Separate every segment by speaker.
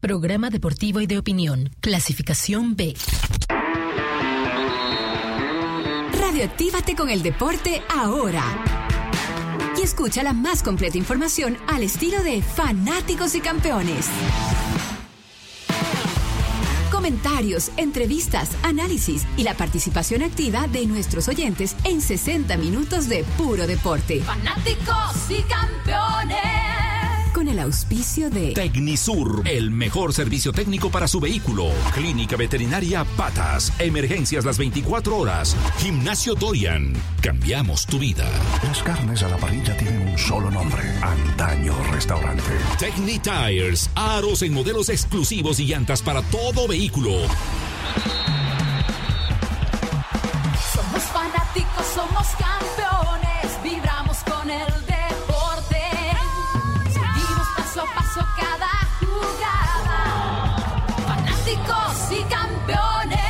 Speaker 1: Programa deportivo y de opinión. Clasificación B.
Speaker 2: Radioactívate con el deporte ahora. Y escucha la más completa información al estilo de fanáticos y campeones. Comentarios, entrevistas, análisis y la participación activa de nuestros oyentes en 60 minutos de puro deporte.
Speaker 3: Fanáticos y campeones.
Speaker 2: Con el auspicio de
Speaker 4: Tecnisur, el mejor servicio técnico para su vehículo. Clínica Veterinaria Patas, emergencias las 24 horas. Gimnasio Dorian, cambiamos tu vida.
Speaker 5: Las carnes a la parrilla tienen un solo nombre: Antaño Restaurante.
Speaker 4: Techni Tires, aros en modelos exclusivos y llantas para todo vehículo.
Speaker 3: Somos fanáticos, somos campeones. Vibramos con el deporte. Seguimos paso a paso cada jugada. Fanáticos y campeones.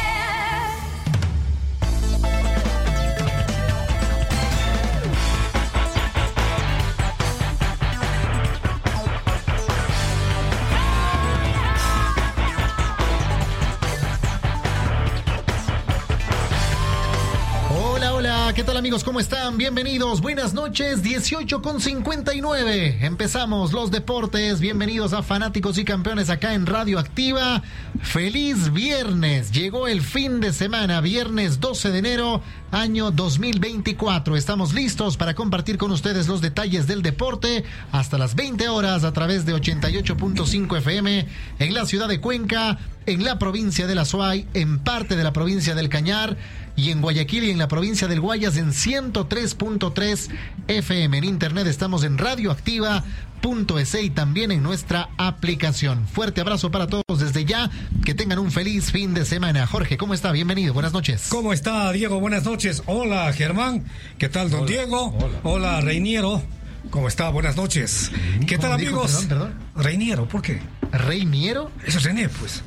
Speaker 6: Hola, hola, ¿qué tal amigos? ¿Cómo están? Bienvenidos, buenas noches, 18 con 59. Empezamos los deportes, bienvenidos a fanáticos y campeones acá en Radio Activa. Feliz viernes, llegó el fin de semana, viernes 12 de enero, año 2024. Estamos listos para compartir con ustedes los detalles del deporte hasta las 20 horas a través de 88.5 FM en la ciudad de Cuenca, en la provincia de La Suay, en parte de la provincia del Cañar y en Guayaquil y en la provincia del Guayas en 103.3 FM. En internet estamos en radioactiva.es y también en nuestra aplicación. Fuerte abrazo para todos desde ya. Que tengan un feliz fin de semana. Jorge, ¿cómo está? Bienvenido. Buenas noches.
Speaker 7: ¿Cómo está, Diego? Buenas noches. Hola, Germán. ¿Qué tal, don Diego? Hola. Reiniero. ¿Cómo está? Buenas noches. ¿Qué tal,
Speaker 6: Mm, ¿Cómo dijo?
Speaker 7: amigos?
Speaker 6: Perdón,
Speaker 7: Reiniero, ¿por qué?
Speaker 6: ¿Reiniero?
Speaker 7: Eso es René, pues.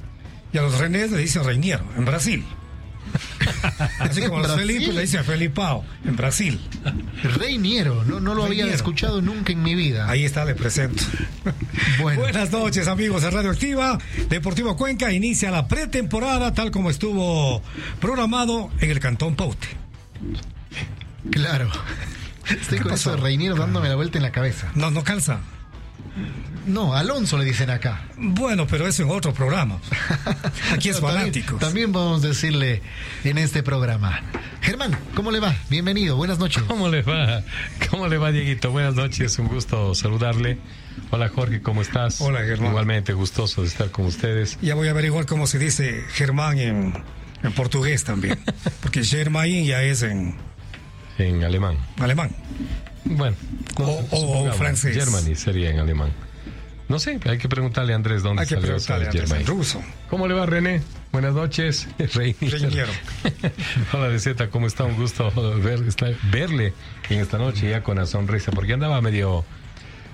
Speaker 7: Y a los René le dicen Reiniero, en Brasil. Así como a
Speaker 6: ¿En
Speaker 7: los
Speaker 6: Brasil?
Speaker 7: Felipe le dicen Felipao, en Brasil.
Speaker 6: Reiniero. No, no lo había
Speaker 7: Reiniero.
Speaker 6: escuchado nunca en mi vida.
Speaker 7: Ahí está, le presento.
Speaker 6: Ah. Bueno.
Speaker 7: Buenas noches, amigos de Radio Activa. Deportivo Cuenca inicia la pretemporada tal como estuvo programado en el Cantón Paute.
Speaker 6: Claro. Estoy con
Speaker 7: pasó?
Speaker 6: eso de Reiniero dándome la vuelta en la cabeza.
Speaker 7: No, no calza.
Speaker 6: No, Alonso le dicen acá.
Speaker 7: Bueno, pero eso en otro programa. Aquí es
Speaker 6: Pero también-
Speaker 7: fanáticos.
Speaker 6: También vamos a decirle en este programa. Germán, ¿cómo le va? Bienvenido, buenas noches.
Speaker 8: ¿Cómo le va? ¿Cómo le va, Dieguito? Buenas noches, un gusto saludarle. Hola, Jorge, ¿cómo estás?
Speaker 7: Hola, Germán.
Speaker 8: Igualmente, gustoso de estar con ustedes.
Speaker 7: Ya voy a averiguar cómo se dice Germán en, en portugués también. Porque Germain ya es en
Speaker 8: En alemán.
Speaker 7: alemán.
Speaker 8: Bueno.
Speaker 7: O- o
Speaker 8: supongamos,
Speaker 7: francés.
Speaker 8: Germany sería en alemán. No sé, hay que preguntarle a Andrés dónde
Speaker 7: Hay que
Speaker 8: salió esa
Speaker 7: preguntarle a Andrés en
Speaker 8: Germán.
Speaker 7: ruso.
Speaker 8: ¿Cómo le va, René? Buenas noches. Reiniero.
Speaker 7: Reiniero.
Speaker 8: Hola, Deceta, ¿cómo está? Un gusto ver- estar- verle en esta noche ya con la sonrisa, porque andaba medio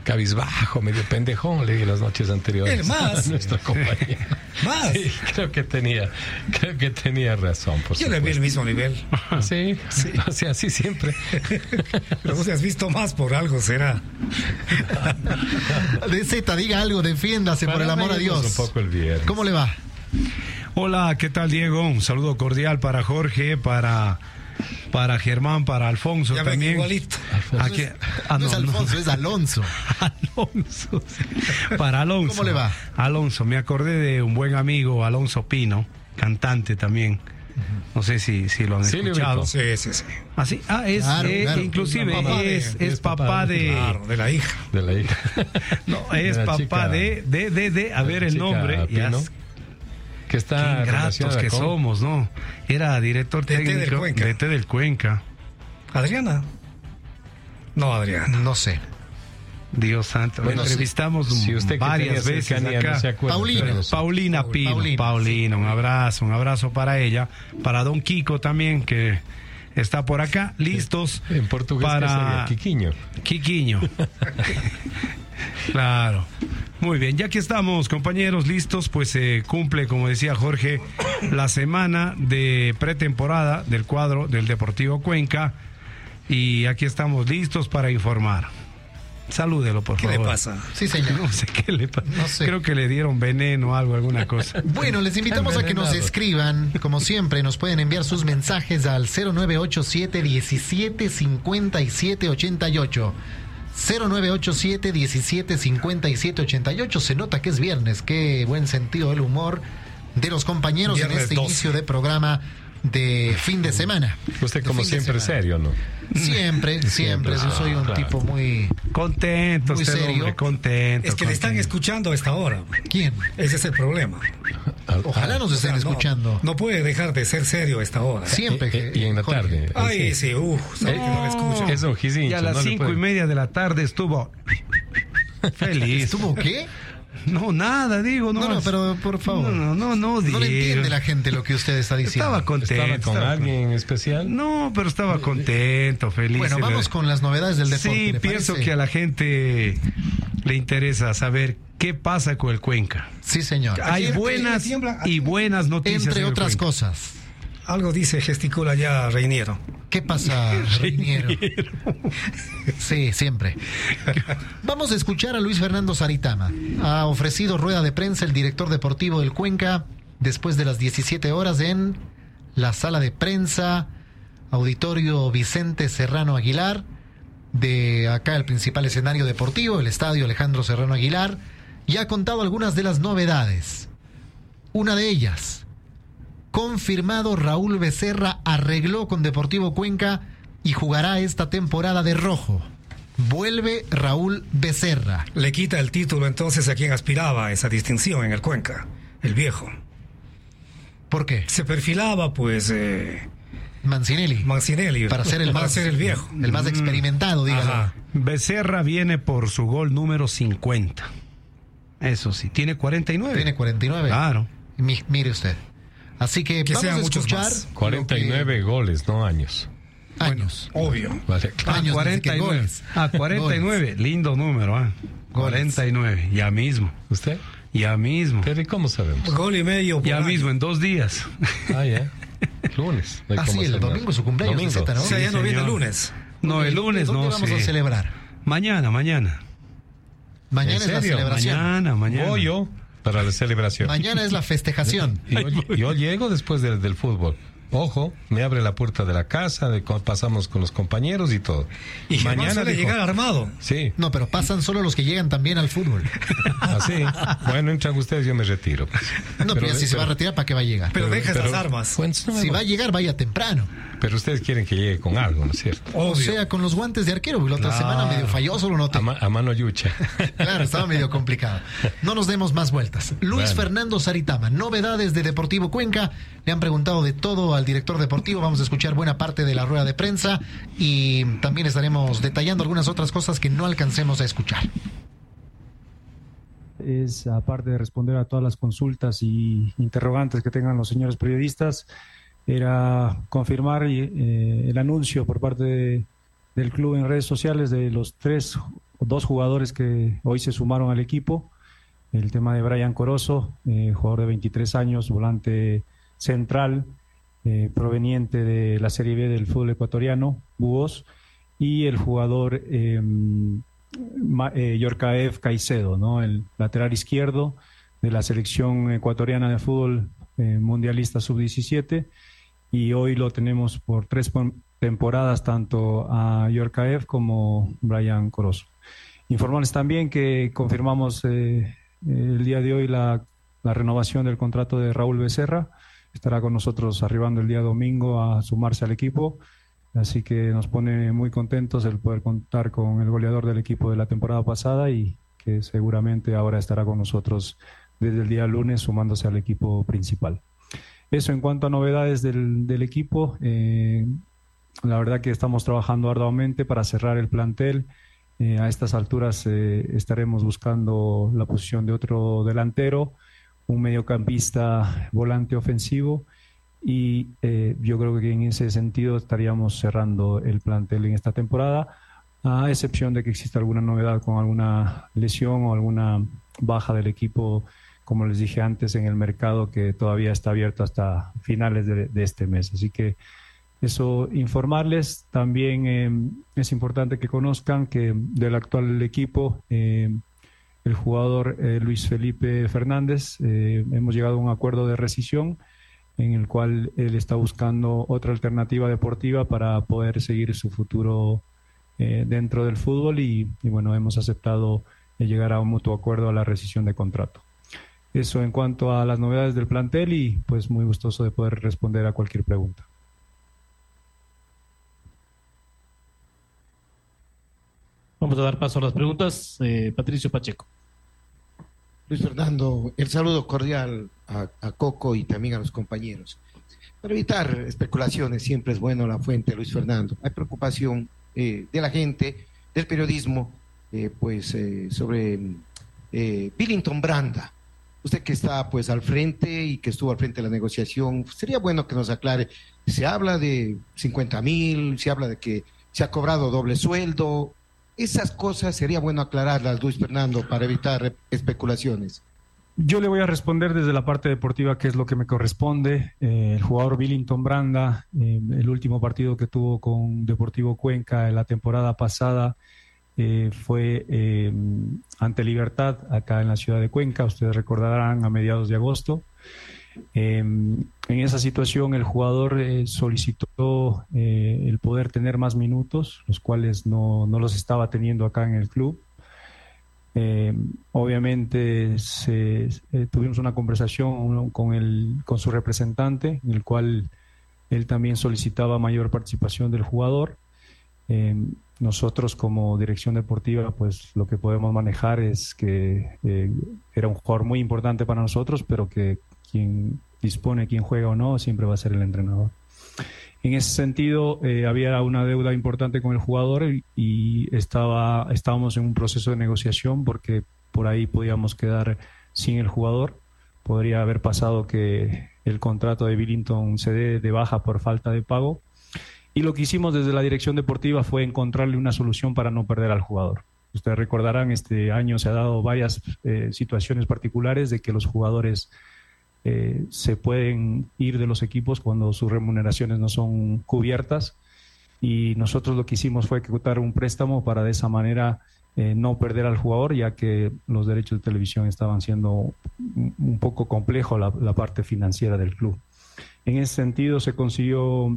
Speaker 8: cabizbajo, medio pendejón, le dije las noches anteriores.
Speaker 7: El más.
Speaker 8: a Nuestra compañía.
Speaker 7: Más.
Speaker 8: Sí, creo que tenía, creo que tenía razón, por
Speaker 7: Yo le vi el
Speaker 8: supuesto.
Speaker 7: mismo nivel.
Speaker 8: Sí, sí, o sea, así siempre.
Speaker 7: Pero vos has visto más por algo, será.
Speaker 6: De Z, diga algo, defiéndase, por el amor a
Speaker 8: Paramos
Speaker 6: Dios.
Speaker 8: Un poco el viernes.
Speaker 6: ¿Cómo le va?
Speaker 9: Hola, ¿qué tal Diego? Un saludo cordial para Jorge, para, para Germán, para Alfonso
Speaker 7: Ya ven,
Speaker 9: también.
Speaker 7: igualito.
Speaker 9: Aquí- ah,
Speaker 6: no,
Speaker 9: no,
Speaker 6: es
Speaker 9: no.
Speaker 6: Alfonso, es Alonso.
Speaker 9: Alonso. Para Alonso.
Speaker 6: ¿Cómo le va?
Speaker 9: Alonso, me acordé de un buen amigo, Alonso Pino, cantante también. No sé si, si lo han
Speaker 8: Sí, le
Speaker 9: escuchado.
Speaker 8: ubico.
Speaker 7: Sí, sí, sí.
Speaker 9: Ah, sí, ah, es,
Speaker 6: Claro,
Speaker 9: eh,
Speaker 6: claro.
Speaker 9: inclusive
Speaker 7: Papá de-
Speaker 9: es,
Speaker 8: es
Speaker 9: es papá
Speaker 8: papá de-
Speaker 9: de...
Speaker 7: Claro, de la hija.
Speaker 8: De la hija.
Speaker 9: No,
Speaker 8: de
Speaker 9: es
Speaker 8: la
Speaker 9: papá
Speaker 8: chica-
Speaker 9: de, de, de, de, a
Speaker 8: de
Speaker 9: ver
Speaker 8: la
Speaker 9: el
Speaker 8: chica
Speaker 9: nombre. ya
Speaker 8: Pino, Que está
Speaker 9: Qué ingratos
Speaker 8: relacionada
Speaker 9: que
Speaker 8: con-
Speaker 9: somos, ¿no? Era director
Speaker 7: DT del
Speaker 9: técnico
Speaker 7: Cuenca.
Speaker 9: DT del Cuenca.
Speaker 7: ¿Adriana? No, Adriana.
Speaker 6: No sé.
Speaker 9: Dios santo.
Speaker 8: Bueno,
Speaker 9: Lo entrevistamos
Speaker 8: Si usted que
Speaker 9: varias
Speaker 8: tenía
Speaker 9: veces
Speaker 8: cercanía no
Speaker 9: acá.
Speaker 8: se acuerda,
Speaker 6: Paulina,
Speaker 8: pero no sé.
Speaker 9: Paulina Pino,
Speaker 6: Paulina,
Speaker 9: Paulina, un abrazo, un abrazo para ella, para don Kiko también que está por acá, listos
Speaker 8: En portugués, ¿qué sería?
Speaker 9: para
Speaker 8: Quiquiño.
Speaker 9: Quiquiño. claro. Muy bien, ya que estamos, compañeros, listos, pues se cumple, como decía Jorge, la semana de pretemporada del cuadro del Deportivo Cuenca y aquí estamos listos para informar. Salúdelo, por
Speaker 7: ¿Qué le
Speaker 9: favor.
Speaker 7: pasa?
Speaker 6: Sí, señor.
Speaker 9: No sé qué le pasa.
Speaker 6: No sé.
Speaker 9: Creo que le dieron veneno o algo, alguna cosa.
Speaker 6: Bueno, les invitamos a que nos
Speaker 8: Envenenado.
Speaker 6: escriban. Como siempre, nos pueden enviar sus mensajes al 0987 17 57 88. 0987 17 57 88. Se nota que es viernes. Qué buen sentido del humor de los compañeros en
Speaker 10: Viernes
Speaker 6: este
Speaker 10: 12.
Speaker 6: inicio de programa de fin de semana.
Speaker 8: Usted
Speaker 6: De
Speaker 8: como
Speaker 6: fin de
Speaker 8: siempre
Speaker 6: semana.
Speaker 8: serio, ¿no?
Speaker 6: Siempre, siempre. Yo soy un
Speaker 8: claro.
Speaker 6: tipo muy...
Speaker 9: Contento,
Speaker 6: Muy
Speaker 9: usted,
Speaker 6: serio.
Speaker 9: hombre, contento.
Speaker 7: Es que le están
Speaker 9: contento.
Speaker 7: escuchando a esta hora.
Speaker 6: ¿Quién?
Speaker 7: Ese es el problema.
Speaker 8: Ah,
Speaker 6: Ojalá nos
Speaker 7: O sea,
Speaker 6: estén
Speaker 7: no-
Speaker 6: escuchando.
Speaker 7: No puede dejar de ser serio a esta hora.
Speaker 6: Siempre.
Speaker 8: ah, eh, Y, y en la
Speaker 6: Jorge.
Speaker 8: tarde.
Speaker 7: Ay, sí, uff,
Speaker 8: Eh,
Speaker 6: Eh.
Speaker 7: sabe que no la escucho.
Speaker 8: Es un gisincho,
Speaker 9: Y a las
Speaker 8: no le
Speaker 9: cinco
Speaker 8: puede-
Speaker 9: y media de la tarde estuvo feliz.
Speaker 6: ¿Estuvo qué?
Speaker 9: No, nada, digo. No,
Speaker 6: No, no, pero por favor.
Speaker 9: No, no, no, no,
Speaker 6: No le
Speaker 9: digo.
Speaker 6: entiende la gente lo que usted está diciendo.
Speaker 9: Estaba contento.
Speaker 8: ¿Estaba con
Speaker 9: estaba
Speaker 8: alguien en especial?
Speaker 9: con- No, pero estaba contento, feliz.
Speaker 6: Eh, Bueno, vamos con las novedades del deporte.
Speaker 9: Sí,
Speaker 6: ¿le
Speaker 9: pienso
Speaker 6: parece?
Speaker 9: que a la gente le interesa saber qué pasa con el Cuenca.
Speaker 6: Sí, señor.
Speaker 9: Hay
Speaker 7: ayer
Speaker 9: buenas
Speaker 7: tiembla-
Speaker 9: y buenas noticias.
Speaker 6: Entre
Speaker 9: en el
Speaker 6: otras
Speaker 9: Cuenca.
Speaker 6: cosas.
Speaker 7: Algo dice, gesticula ya Reiniero.
Speaker 6: ¿Qué pasa, Reiniero? Sí, siempre. Vamos a escuchar a Luis Fernando Saritama. Ha ofrecido rueda de prensa el director deportivo del Cuenca después de las 17 horas en la sala de prensa, auditorio Vicente Serrano Aguilar, de acá el principal escenario deportivo, el estadio Alejandro Serrano Aguilar, y ha contado algunas de las novedades. Una de ellas, confirmado Raúl Becerra arregló con Deportivo Cuenca y jugará esta temporada de rojo. Vuelve Raúl Becerra.
Speaker 7: Le quita el título entonces a quien aspiraba a esa distinción en el Cuenca, el viejo.
Speaker 6: ¿Por qué?
Speaker 7: Se perfilaba, pues, eh,
Speaker 6: Mancinelli.
Speaker 7: Mancinelli.
Speaker 6: Para ser el más,
Speaker 7: ser el viejo.
Speaker 6: El más experimentado, dígalo.
Speaker 7: Ajá.
Speaker 9: Becerra viene por su gol número 50. Eso sí, tiene 49.
Speaker 6: Tiene 49.
Speaker 9: Claro.
Speaker 6: Mi- mire usted. Así que,
Speaker 7: Que
Speaker 6: vamos
Speaker 7: sean
Speaker 6: a
Speaker 7: muchos
Speaker 6: escuchar
Speaker 7: más.
Speaker 8: 49 goles, no años.
Speaker 6: años.
Speaker 7: Obvio.
Speaker 8: Vale,
Speaker 9: A
Speaker 6: Años, desde que
Speaker 9: 49.
Speaker 6: goles.
Speaker 9: A 49. Lindo número, ¿ah?
Speaker 6: Goles.
Speaker 9: 49. Ya mismo.
Speaker 8: ¿Usted?
Speaker 9: Ya mismo.
Speaker 8: Pero ¿y cómo sabemos?
Speaker 7: Gol y medio. por
Speaker 9: Ya
Speaker 7: año.
Speaker 9: mismo, en dos días.
Speaker 8: Ah, ya. Lunes. No hay
Speaker 6: Ah, sí,
Speaker 8: cómo
Speaker 6: el
Speaker 8: hacer nada.
Speaker 6: domingo es su cumpleaños,
Speaker 8: Domingo.
Speaker 6: Zeta, ¿no?
Speaker 7: O sea, ya no
Speaker 9: Sí,
Speaker 7: viene el
Speaker 9: señor.
Speaker 7: lunes.
Speaker 9: No, el lunes
Speaker 6: ¿Dónde
Speaker 9: no
Speaker 6: vamos
Speaker 9: sé.
Speaker 6: a celebrar?
Speaker 9: Mañana, mañana.
Speaker 6: Mañana
Speaker 8: ¿En
Speaker 6: es la
Speaker 8: serio?
Speaker 6: celebración.
Speaker 9: Mañana, mañana.
Speaker 8: Voy yo para la celebración.
Speaker 6: Mañana es la festejación.
Speaker 8: Y Yo, yo llego después del- del fútbol. Ojo, me abre la puerta de la casa, de co- pasamos con los compañeros y todo.
Speaker 7: Y mañana suele
Speaker 8: dijo,
Speaker 7: llegar armado.
Speaker 8: Sí,
Speaker 6: No, pero pasan solo los que llegan también al fútbol.
Speaker 8: así. Bueno, entran ustedes, yo me retiro.
Speaker 6: No, pero, ya si se va a retirar, ¿para qué va a llegar?
Speaker 7: Pero, deja esas
Speaker 8: pero-
Speaker 7: armas.
Speaker 8: Bueno, entonces no me
Speaker 6: Si va
Speaker 8: voy.
Speaker 6: a llegar, vaya temprano.
Speaker 8: Pero ustedes quieren que llegue con algo, ¿no es cierto?
Speaker 6: O sea, con los guantes de arquero. porque La otra semana medio falloso lo noté.
Speaker 8: A, ma- a mano yucha.
Speaker 6: Claro, estaba medio complicado. No nos demos más vueltas. Luis
Speaker 8: Bueno.
Speaker 6: Fernando Saritama, novedades de Deportivo Cuenca. Le han preguntado de todo al director deportivo. Vamos a escuchar buena parte de la rueda de prensa y también estaremos detallando algunas otras cosas que no alcancemos a escuchar.
Speaker 11: es, aparte de responder a todas las consultas y interrogantes que tengan los señores periodistas, era confirmar eh, el anuncio por parte de- del club en redes sociales de los tres o dos jugadores que hoy se sumaron al equipo. El tema de Brian Corozo, eh, jugador de 23 años, volante central, eh, proveniente de la Serie B del fútbol ecuatoriano, Búhos, y el jugador em, Ma- eh, Yorkaev Caicedo, ¿no? el lateral izquierdo de la selección ecuatoriana de fútbol eh, mundialista sub-17. Y hoy lo tenemos por tres pon- temporadas, tanto a Yorkaev como Brian Corozo. Informarles también que confirmamos eh, el día de hoy la, la renovación del contrato de Raúl Becerra. Estará con nosotros arribando el día domingo a sumarse al equipo. Así que nos pone muy contentos el poder contar con el goleador del equipo de la temporada pasada y que seguramente ahora estará con nosotros desde el día lunes sumándose al equipo principal. Eso en cuanto a novedades del, del equipo. eh, la verdad que estamos trabajando arduamente para cerrar el plantel. Eh, a estas alturas eh, estaremos buscando la posición de otro delantero, un mediocampista volante ofensivo y eh, yo creo que en ese sentido estaríamos cerrando el plantel en esta temporada, a excepción de que exista alguna novedad con alguna lesión o alguna baja del equipo, como les dije antes, en el mercado que todavía está abierto hasta finales de, de este mes. Así que Eso, informarles. También eh, es importante que conozcan que del actual equipo, eh, el jugador eh, Luis Felipe Fernández, eh, hemos llegado a un acuerdo de rescisión en el cual él está buscando otra alternativa deportiva para poder seguir su futuro eh, dentro del fútbol y, y bueno, hemos aceptado eh, llegar a un mutuo acuerdo a la rescisión de contrato. Eso en cuanto a las novedades del plantel y pues muy gustoso de poder responder a cualquier pregunta.
Speaker 12: Vamos a dar paso a las preguntas. Eh, Patricio Pacheco.
Speaker 13: Luis Fernando, el saludo cordial a, a, Coco y también a los compañeros. Para evitar especulaciones, siempre es bueno la fuente, Luis Fernando. Hay preocupación eh, de la gente, del periodismo, eh, pues sobre Billington Branda, usted que está pues al frente y que estuvo al frente de la negociación, sería bueno que nos aclare, se habla de 50 mil, se habla de que se ha cobrado doble sueldo, esas cosas sería bueno aclararlas, Luis Fernando, para evitar especulaciones.
Speaker 11: Yo le voy a responder desde la parte deportiva, que es lo que me corresponde. Eh, el jugador Billington Branda, eh, el último partido que tuvo con Deportivo Cuenca en la temporada pasada, eh, fue eh, ante Libertad acá en la ciudad de Cuenca, ustedes recordarán a mediados de agosto. Eh, en esa situación el jugador eh, solicitó eh, el poder tener más minutos, los cuales no, no, los estaba teniendo acá en el club. Em, obviamente se, eh, tuvimos una conversación con, el, con su representante, en el cual él también solicitaba mayor participación del jugador Em, nosotros como dirección deportiva, pues lo que podemos manejar es que eh, era un jugador muy importante para nosotros, pero que quien dispone, quien juega o no, siempre va a ser el entrenador. En ese sentido, eh, había una deuda importante con el jugador y, y estaba, estábamos en un proceso de negociación porque por ahí podíamos quedar sin el jugador. Podría haber pasado que el contrato de Billington se dé de baja por falta de pago. Y lo que hicimos desde la dirección deportiva fue encontrarle una solución para no perder al jugador. Ustedes recordarán, este año se ha dado varias eh, situaciones particulares de que los jugadores eh, se pueden ir de los equipos cuando sus remuneraciones no son cubiertas. Y nosotros lo que hicimos fue ejecutar un préstamo para de esa manera eh, no perder al jugador, ya que los derechos de televisión estaban siendo un poco complejo la, la parte financiera del club. En ese sentido se consiguió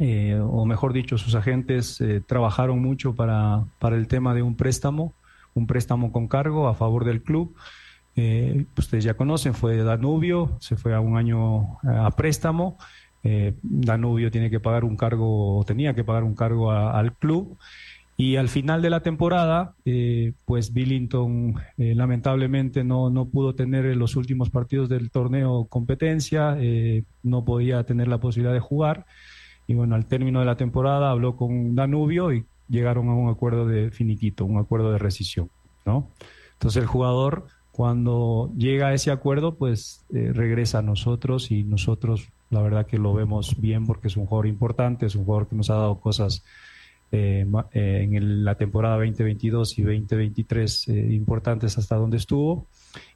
Speaker 11: eh, o mejor dicho, sus agentes eh, trabajaron mucho para, para, el tema de un préstamo, un préstamo con cargo a favor del club. Eh, ustedes ya conocen, fue Danubio, se fue a un año eh, a préstamo. Eh, Danubio tiene que pagar un cargo, o tenía que pagar un cargo a, al club. Y al final de la temporada, pues Billington eh, lamentablemente no, no pudo tener los últimos partidos del torneo competencia, eh, no podía tener la posibilidad de jugar y bueno, al término de la temporada habló con Danubio y llegaron a un acuerdo de finiquito, un acuerdo de rescisión, ¿no? Entonces el jugador cuando llega a ese acuerdo, pues eh, regresa a nosotros y nosotros la verdad que lo vemos bien porque es un jugador importante, es un jugador que nos ha dado cosas eh, en el, la temporada 2022 y 2023 eh, importantes hasta donde estuvo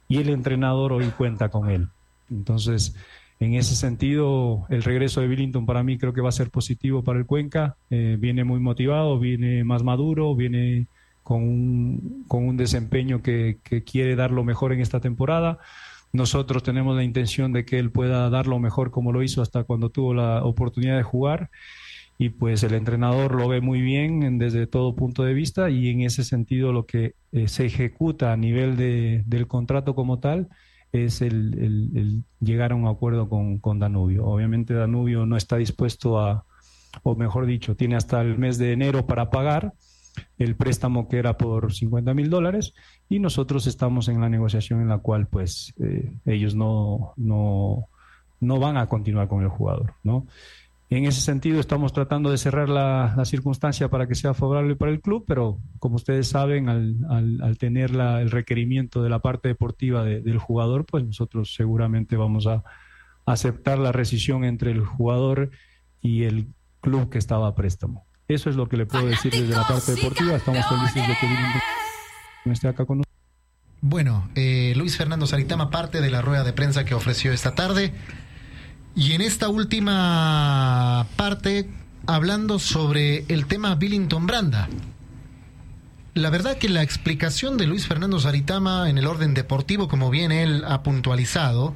Speaker 11: y el entrenador hoy cuenta con él. Entonces, en ese sentido, el regreso de Billington para mí creo que va a ser positivo para el Cuenca. Eh, viene muy motivado, viene más maduro, viene con un, con un desempeño que, que, quiere dar lo mejor en esta temporada. Nosotros tenemos la intención de que él pueda dar lo mejor como lo hizo hasta cuando tuvo la oportunidad de jugar. Y pues el entrenador lo ve muy bien desde todo punto de vista y en ese sentido lo que eh, se ejecuta a nivel de, del contrato como tal es el, el, el, llegar a un acuerdo con, con, Danubio. Obviamente Danubio no está dispuesto a, o mejor dicho, tiene hasta el mes de enero para pagar el préstamo que era por 50 mil dólares y nosotros estamos en la negociación en la cual pues eh, ellos no, no, no, van a continuar con el jugador. ¿no? En ese sentido estamos tratando de cerrar la, la circunstancia para que sea favorable para el club, pero como ustedes saben, al, al, al tener la, el requerimiento de la parte deportiva de, del jugador, pues nosotros seguramente vamos a aceptar la rescisión entre el jugador y el club que estaba a préstamo. Eso es lo que le puedo decir desde la parte deportiva. Estamos felices de que Bilington esté acá con nosotros.
Speaker 6: Bueno, eh, Luis Fernando Saritama, parte de la rueda de prensa que ofreció esta tarde. Y en esta última parte, hablando sobre el tema Billington Branda. La verdad que la explicación de Luis Fernando Saritama en el orden deportivo, como bien él ha puntualizado,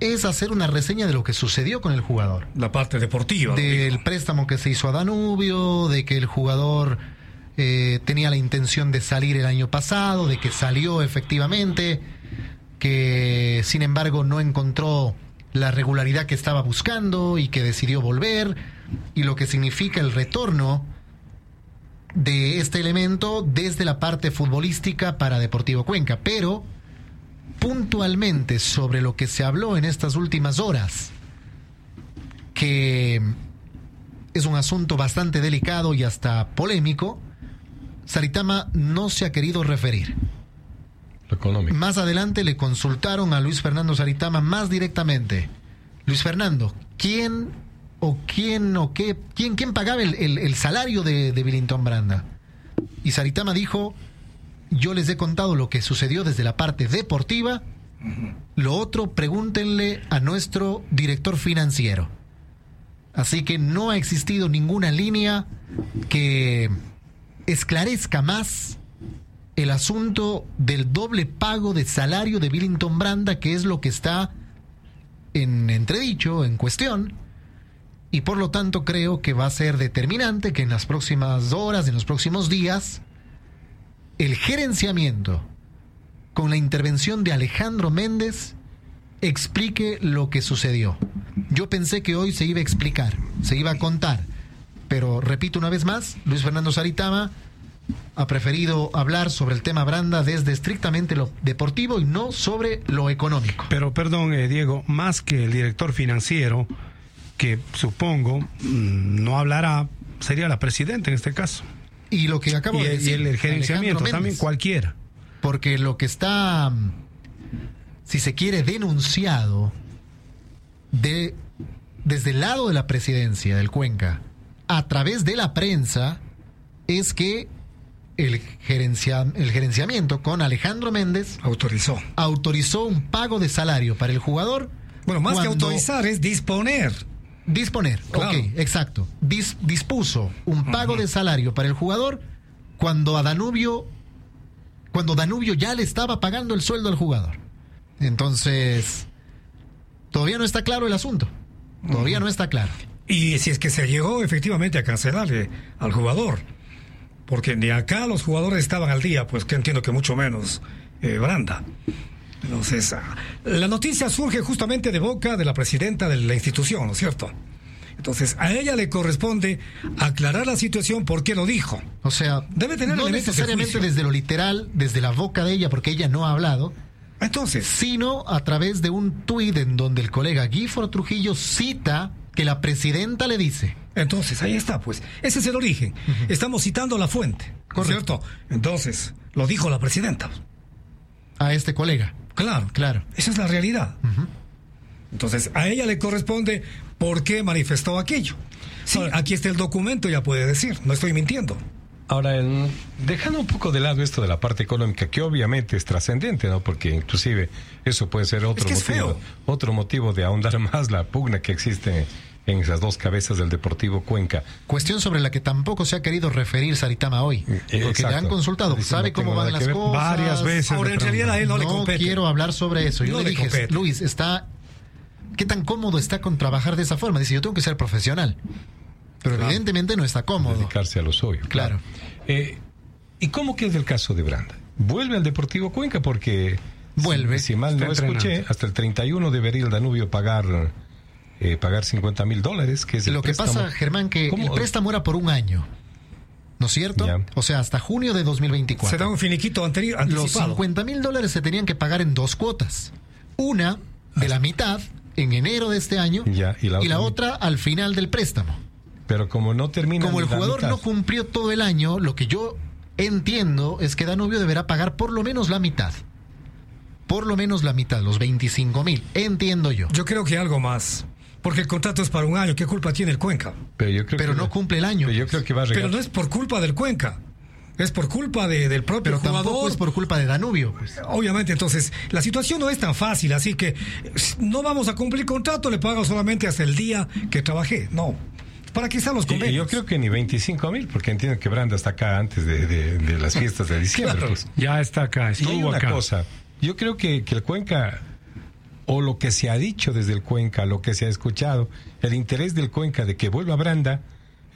Speaker 6: es hacer una reseña de lo que sucedió con el jugador.
Speaker 7: La parte deportiva.
Speaker 6: Del préstamo que se hizo a Danubio, de que el jugador eh, tenía la intención de salir el año pasado, de que salió efectivamente, que sin embargo no encontró la regularidad que estaba buscando y que decidió volver, y lo que significa el retorno de este elemento desde la parte futbolística para Deportivo Cuenca. Pero puntualmente sobre lo que se habló en estas últimas horas, que es un asunto bastante delicado y hasta polémico, Saritama no se ha querido referir.
Speaker 8: Económico.
Speaker 6: Más adelante le consultaron a Luis Fernando Saritama más directamente. Luis Fernando, ¿quién o quién o qué, quién, quién pagaba el, el- el salario de, de Billington Branda? Y Saritama dijo, yo les he contado lo que sucedió desde la parte deportiva, lo otro pregúntenle a nuestro director financiero. Así que no ha existido ninguna línea que esclarezca más el asunto del doble pago de salario de Billington Branda, que es lo que está en entredicho, en cuestión. Y por lo tanto creo que va a ser determinante que en las próximas horas, en los próximos días, el gerenciamiento con la intervención de Alejandro Méndez explique lo que sucedió. Yo pensé que hoy se iba a explicar, se iba a contar, pero repito una vez más, Luis Fernando Saritama ha preferido hablar sobre el tema Branda desde estrictamente lo deportivo y no sobre lo económico.
Speaker 9: Pero perdón, eh, Diego, más que el director financiero, que supongo mm, no hablará, sería la presidenta en este caso.
Speaker 6: Y lo que acabo
Speaker 9: Y
Speaker 6: de
Speaker 9: el-
Speaker 6: decir.
Speaker 9: y el gerenciamiento,
Speaker 6: Alejandro
Speaker 9: también
Speaker 6: Méndez.
Speaker 9: cualquiera.
Speaker 6: Porque lo que está, mm, si se quiere, denunciado de, desde el lado de la presidencia del Cuenca, a través de la prensa, es que el, gerencia, el gerenciamiento con Alejandro Méndez
Speaker 7: autorizó.
Speaker 6: autorizó un pago de salario para el jugador.
Speaker 7: Bueno, más que
Speaker 6: cuando-
Speaker 7: autorizar es disponer.
Speaker 6: Disponer,
Speaker 7: Claro.
Speaker 6: ok, exacto. Dis- dispuso un pago de salario para el jugador cuando a Danubio, cuando Danubio ya le estaba pagando el sueldo al jugador. Entonces, todavía no está claro el asunto. Todavía no está claro.
Speaker 7: Y si es que se llegó efectivamente a cancelarle al jugador, porque ni acá los jugadores estaban al día, pues que entiendo que mucho menos eh, Branda. Entonces, ah, la noticia surge justamente de boca de la presidenta de la institución, ¿no es cierto? Entonces, a ella le corresponde aclarar la situación porque lo dijo.
Speaker 6: O sea,
Speaker 7: debe tener
Speaker 6: no
Speaker 7: elementos de
Speaker 6: necesariamente
Speaker 7: juicio.
Speaker 6: desde lo literal, desde la boca de ella, porque ella no ha hablado.
Speaker 7: Entonces,
Speaker 6: sino a través de un tuit en donde el colega Gifford Trujillo cita que la presidenta le dice.
Speaker 7: Entonces, ahí está, pues. Ese es el origen. Estamos citando la fuente, ¿no es ¿cierto? Entonces, lo dijo la presidenta.
Speaker 6: A este colega.
Speaker 7: Claro,
Speaker 6: claro.
Speaker 7: Esa es la realidad. Entonces, a ella le corresponde por qué manifestó aquello. Sí, aquí está el documento, ya puede decir. No estoy mintiendo.
Speaker 8: Ahora, en- dejando un poco de lado esto de la parte económica, que obviamente es trascendente, ¿no? Porque inclusive eso puede ser otro
Speaker 7: que es
Speaker 8: motivo,
Speaker 7: feo.
Speaker 8: otro motivo de ahondar más la pugna que existe en esas dos cabezas del Deportivo Cuenca.
Speaker 6: Cuestión sobre la que tampoco se ha querido referir Saritama hoy. Porque le han
Speaker 8: Mm, eh, exacto.
Speaker 6: consultado,
Speaker 8: Dice,
Speaker 6: sabe
Speaker 8: no
Speaker 6: cómo
Speaker 8: tengo
Speaker 6: van
Speaker 8: nada
Speaker 6: las
Speaker 8: que ver.
Speaker 6: cosas.
Speaker 8: Varias veces
Speaker 7: Ahora, le en realidad, a él no le compete.
Speaker 6: quiero hablar sobre eso. Yo
Speaker 7: No
Speaker 6: le
Speaker 7: le
Speaker 6: dije,
Speaker 7: compete.
Speaker 6: Luis, está. ¿Qué tan cómodo está con trabajar de esa forma? Dice, yo tengo que ser profesional. Pero evidentemente no está cómodo.
Speaker 8: Dedicarse a lo suyo.
Speaker 6: Claro.
Speaker 8: Eh, ¿Y cómo queda el caso de Branda? Vuelve al Deportivo Cuenca porque...
Speaker 6: Vuelve.
Speaker 8: Si, si mal
Speaker 6: Está
Speaker 8: no
Speaker 6: entrenando.
Speaker 8: escuché, hasta el 31 debería el Danubio pagar... eh, pagar 50 mil dólares, que es el
Speaker 6: Lo que
Speaker 8: préstamo.
Speaker 6: pasa, Germán, que
Speaker 8: ¿Cómo?
Speaker 6: el préstamo era por un año. ¿No es cierto? O sea, hasta junio de 2024.
Speaker 7: Se da un finiquito anterior,
Speaker 6: Los
Speaker 7: anticipado.
Speaker 6: 50 mil dólares se tenían que pagar en dos cuotas. Una de la mitad en enero de este año
Speaker 8: Ya, y la
Speaker 6: y la
Speaker 8: otra
Speaker 6: otra al final del préstamo.
Speaker 8: Pero como no termina...
Speaker 6: Como
Speaker 8: ni
Speaker 6: el
Speaker 8: la
Speaker 6: jugador
Speaker 8: mitad.
Speaker 6: no cumplió todo el año, lo que yo entiendo es que Danubio deberá pagar por lo menos la mitad. Por lo menos la mitad, los 25 mil. Entiendo yo.
Speaker 7: Yo creo que algo más. Porque el contrato es para un año. ¿Qué culpa tiene el Cuenca?
Speaker 8: Pero yo creo
Speaker 6: Pero
Speaker 8: que
Speaker 6: no cumple el año.
Speaker 8: Pero yo creo que va a
Speaker 7: Pero
Speaker 8: regar-
Speaker 7: no es por culpa del Cuenca. Es por culpa de, del propio Pero jugador. Tampoco
Speaker 6: es por culpa de Danubio. Pues.
Speaker 7: Obviamente, entonces, la situación no es tan fácil, así que no vamos a cumplir contrato, le pago solamente hasta el día que trabajé. No. ¿Para qué están los convenios?
Speaker 8: Y yo creo que ni 25 mil, porque entiendo que Branda está acá antes de, de, de las fiestas de diciembre. claro. pues.
Speaker 9: Ya está acá,
Speaker 8: estuvo y hay una acá. cosa, yo creo que, que el Cuenca o lo que se ha dicho desde el Cuenca, lo que se ha escuchado, el interés del Cuenca de que vuelva Branda,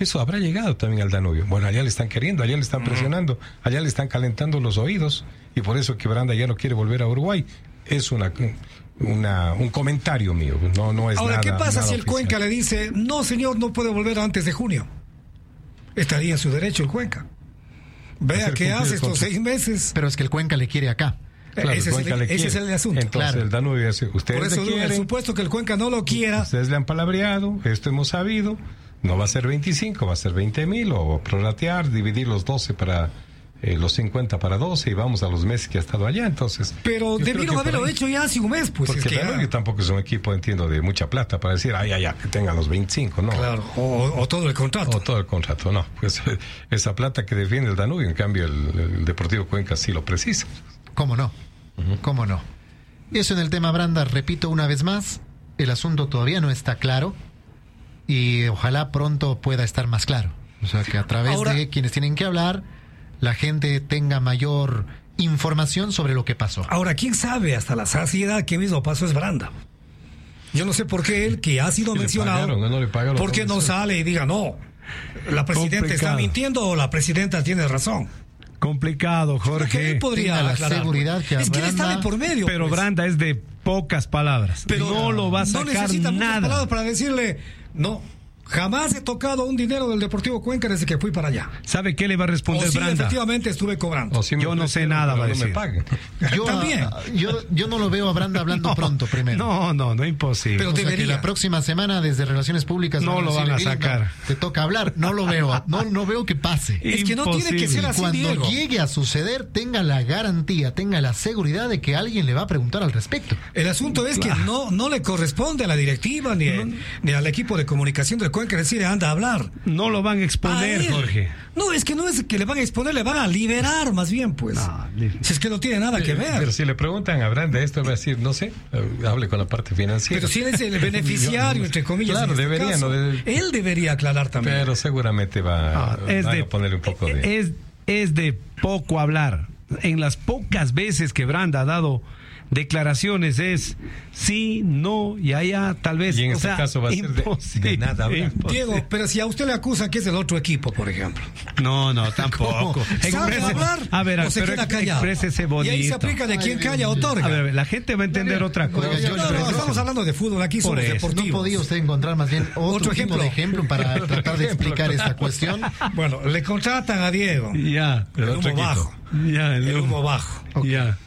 Speaker 8: eso habrá llegado también al Danubio. Bueno, allá le están queriendo, allá le están presionando, allá le están calentando los oídos y por eso que Branda ya no quiere volver a Uruguay. Es una, una un comentario mío, no, no es
Speaker 7: Ahora,
Speaker 8: nada,
Speaker 7: ¿qué pasa
Speaker 8: nada
Speaker 7: si el
Speaker 8: oficial.
Speaker 7: Cuenca le dice, no señor, no puede volver antes de junio? Estaría en su derecho el Cuenca. Vea qué hace estos seis meses.
Speaker 6: Pero es que el Cuenca le quiere acá.
Speaker 7: Claro, ese, el es el, ese, es el, asunto.
Speaker 8: Entonces, claro. el Danubio dice: Ustedes
Speaker 7: Por eso,
Speaker 8: le quieren,
Speaker 7: el supuesto que el Cuenca no lo quiera.
Speaker 8: Ustedes le han palabreado, esto hemos sabido. No va a ser 25, va a ser 20 mil, o prorratear, dividir los 12 para. Eh, los 50 para 12 y vamos a los meses que ha estado allá, entonces.
Speaker 7: Pero debieron haberlo ahí, hecho ya hace un mes, pues.
Speaker 8: Porque
Speaker 7: es que
Speaker 8: Danubio tampoco es un equipo, entiendo, de mucha plata para decir, ay, ay, ay, que tengan los 25, ¿no?
Speaker 7: Claro, o, o, todo el contrato.
Speaker 8: O todo el contrato, no. Pues esa plata que defiende el Danubio, en cambio, el, el Deportivo Cuenca sí lo precisa.
Speaker 6: ¿Cómo no? ¿Cómo no? Eso en el tema Branda, repito una vez más, el asunto todavía no está claro y ojalá pronto pueda estar más claro. O sea, que a través Ahora, de quienes tienen que hablar, la gente tenga mayor información sobre lo que pasó.
Speaker 9: Ah,
Speaker 7: Ahora, ¿quién sabe hasta la saciedad que mismo pasó es Branda? Yo no sé por qué él, que ha sido mencionado,
Speaker 8: pagaron, no le pagaron,
Speaker 7: porque no sale y diga, no, la presidenta Complicado. está mintiendo o la presidenta tiene razón
Speaker 9: complicado, Jorge.
Speaker 7: Que él podría
Speaker 6: la seguridad que
Speaker 7: es que él está de por medio.
Speaker 9: Pero
Speaker 7: pues.
Speaker 9: Branda es de pocas palabras. Pero no lo va a sacar
Speaker 7: no necesita
Speaker 9: nada.
Speaker 7: palabras para decirle no. Jamás he tocado un dinero del Deportivo Cuenca desde que fui para allá.
Speaker 9: ¿Sabe qué le va a responder
Speaker 7: o si
Speaker 9: Branda?
Speaker 7: efectivamente estuve cobrando.
Speaker 9: O si yo no sé nada, va a decir.
Speaker 6: No yo, También. Yo, yo, no lo veo a Branda hablando no, pronto primero.
Speaker 9: No, no, no, imposible.
Speaker 6: Pero o sea que la próxima semana desde Relaciones Públicas
Speaker 9: no lo van a sacar.
Speaker 6: te toca hablar. No lo veo. No, no veo que pase.
Speaker 7: es que no tiene que ser así.
Speaker 6: Cuando
Speaker 7: Diego.
Speaker 6: llegue a suceder, tenga la garantía, tenga la seguridad de que alguien le va a preguntar al respecto.
Speaker 7: El asunto es claro. que no, no le corresponde a la directiva ni, a, ni al equipo de comunicación del Cuenca que decir anda a hablar.
Speaker 9: No lo van a exponer, a Jorge.
Speaker 7: No, es que no es que le van a exponer, le van a liberar más bien, pues. No, si es que no tiene nada
Speaker 8: pero,
Speaker 7: que ver.
Speaker 8: Pero si le preguntan a Branda esto, va a decir, no sé, eh, hable con la parte financiera.
Speaker 7: Pero si él es el beneficiario, entre comillas.
Speaker 8: Claro,
Speaker 7: en este
Speaker 8: debería,
Speaker 7: caso,
Speaker 8: no debe...
Speaker 7: Él debería aclarar también.
Speaker 8: Pero seguramente va, ah, es va de, a poner un poco de.
Speaker 9: Es, es de poco hablar. En las pocas veces que Branda ha dado declaraciones es sí, no y allá tal vez.
Speaker 8: Y en este sea, caso va a ser de, de nada.
Speaker 9: pues,
Speaker 7: Diego, pero si a usted le acusan que es del otro equipo, por ejemplo.
Speaker 9: No, no, tampoco.
Speaker 7: ¿Sabe hablar?
Speaker 9: A ver,
Speaker 7: o se
Speaker 9: pero
Speaker 7: queda callado.
Speaker 9: exprésese bonito.
Speaker 7: Y ahí se aplica de quien calla otorga.
Speaker 9: A ver, la gente va a entender
Speaker 7: no,
Speaker 9: otra cosa.
Speaker 7: No, no, estamos hablando de fútbol aquí somos deportivos.
Speaker 6: No podía usted encontrar más bien otro, ¿Otro ejemplo de ejemplo para tratar de explicar esta cuestión.
Speaker 7: Bueno, le contratan a Diego.
Speaker 9: Ya,
Speaker 7: el, el humo equipo. bajo.
Speaker 9: Ya,
Speaker 7: el, el humo, humo bajo.
Speaker 9: Okay. Ya.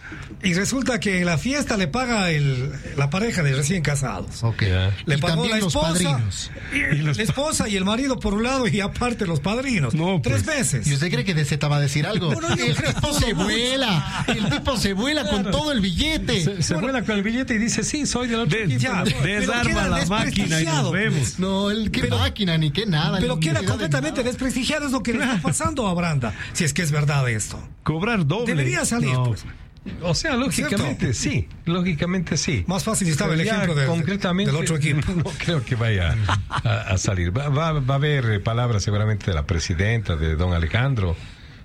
Speaker 7: Y resulta que en la fiesta le paga el, la pareja de recién casados.
Speaker 6: Okay. Yeah.
Speaker 7: Le
Speaker 6: y
Speaker 7: pagó la esposa.
Speaker 6: Los
Speaker 7: y, y los la esposa y el marido por un lado y aparte los padrinos.
Speaker 9: No,
Speaker 7: Tres
Speaker 9: pues.
Speaker 7: veces.
Speaker 6: ¿Y usted cree que de Z va a decir algo?
Speaker 7: Bueno,
Speaker 6: el tipo se vuela. El tipo se vuela claro. con todo el billete.
Speaker 8: Se, se bueno, vuela con el billete y dice, sí, soy del otro
Speaker 9: de,
Speaker 8: equipo.
Speaker 9: Ya, desarma la máquina y nos vemos.
Speaker 6: No, el, qué pero, máquina, ni qué nada.
Speaker 7: Pero
Speaker 6: ni
Speaker 7: queda completamente de desprestigiado es lo que le está pasando a Branda. Si es que es verdad esto.
Speaker 9: Cobrar doble.
Speaker 7: Debería salir, no. pues.
Speaker 8: O sea, lógicamente sí, lógicamente sí.
Speaker 7: Más fácil estaba Pero el ejemplo de,
Speaker 8: concretamente,
Speaker 7: del otro equipo.
Speaker 8: No creo que vaya a, a salir. Va, va, va, a haber palabras seguramente de la presidenta, de don Alejandro.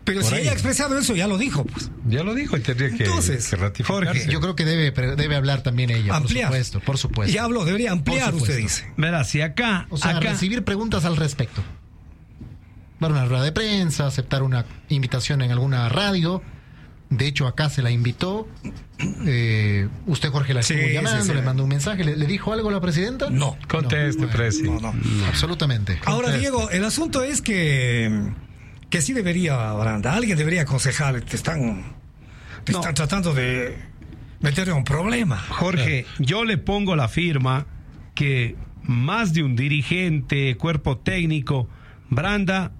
Speaker 7: Pero si ella ha expresado eso, ya lo dijo. Pues.
Speaker 8: Ya lo dijo y tendría que,
Speaker 7: Entonces,
Speaker 8: que ratificarse.
Speaker 6: Jorge, yo creo que debe, debe hablar también ella, ampliar. por supuesto, por supuesto.
Speaker 7: Ya habló, debería ampliar, usted dice.
Speaker 9: Verá, si acá...
Speaker 6: O sea,
Speaker 9: acá...
Speaker 6: recibir preguntas al respecto. Dar una rueda de prensa, aceptar una invitación en alguna radio... De hecho, acá se la invitó. Eh, usted, Jorge, la estuvo sí, llamando, sí, sí. le mandó un mensaje. ¿Le, ¿Le, dijo algo a la presidenta?
Speaker 7: No.
Speaker 8: Conteste, no, presi. No, no.
Speaker 6: Absolutamente.
Speaker 7: Ahora, Conteste. Diego, el asunto es que, que sí debería, Branda, alguien debería aconsejar. Te están, te están tratando de meter en un problema.
Speaker 9: Jorge, claro. yo le pongo la firma que más de un dirigente, cuerpo técnico, Branda,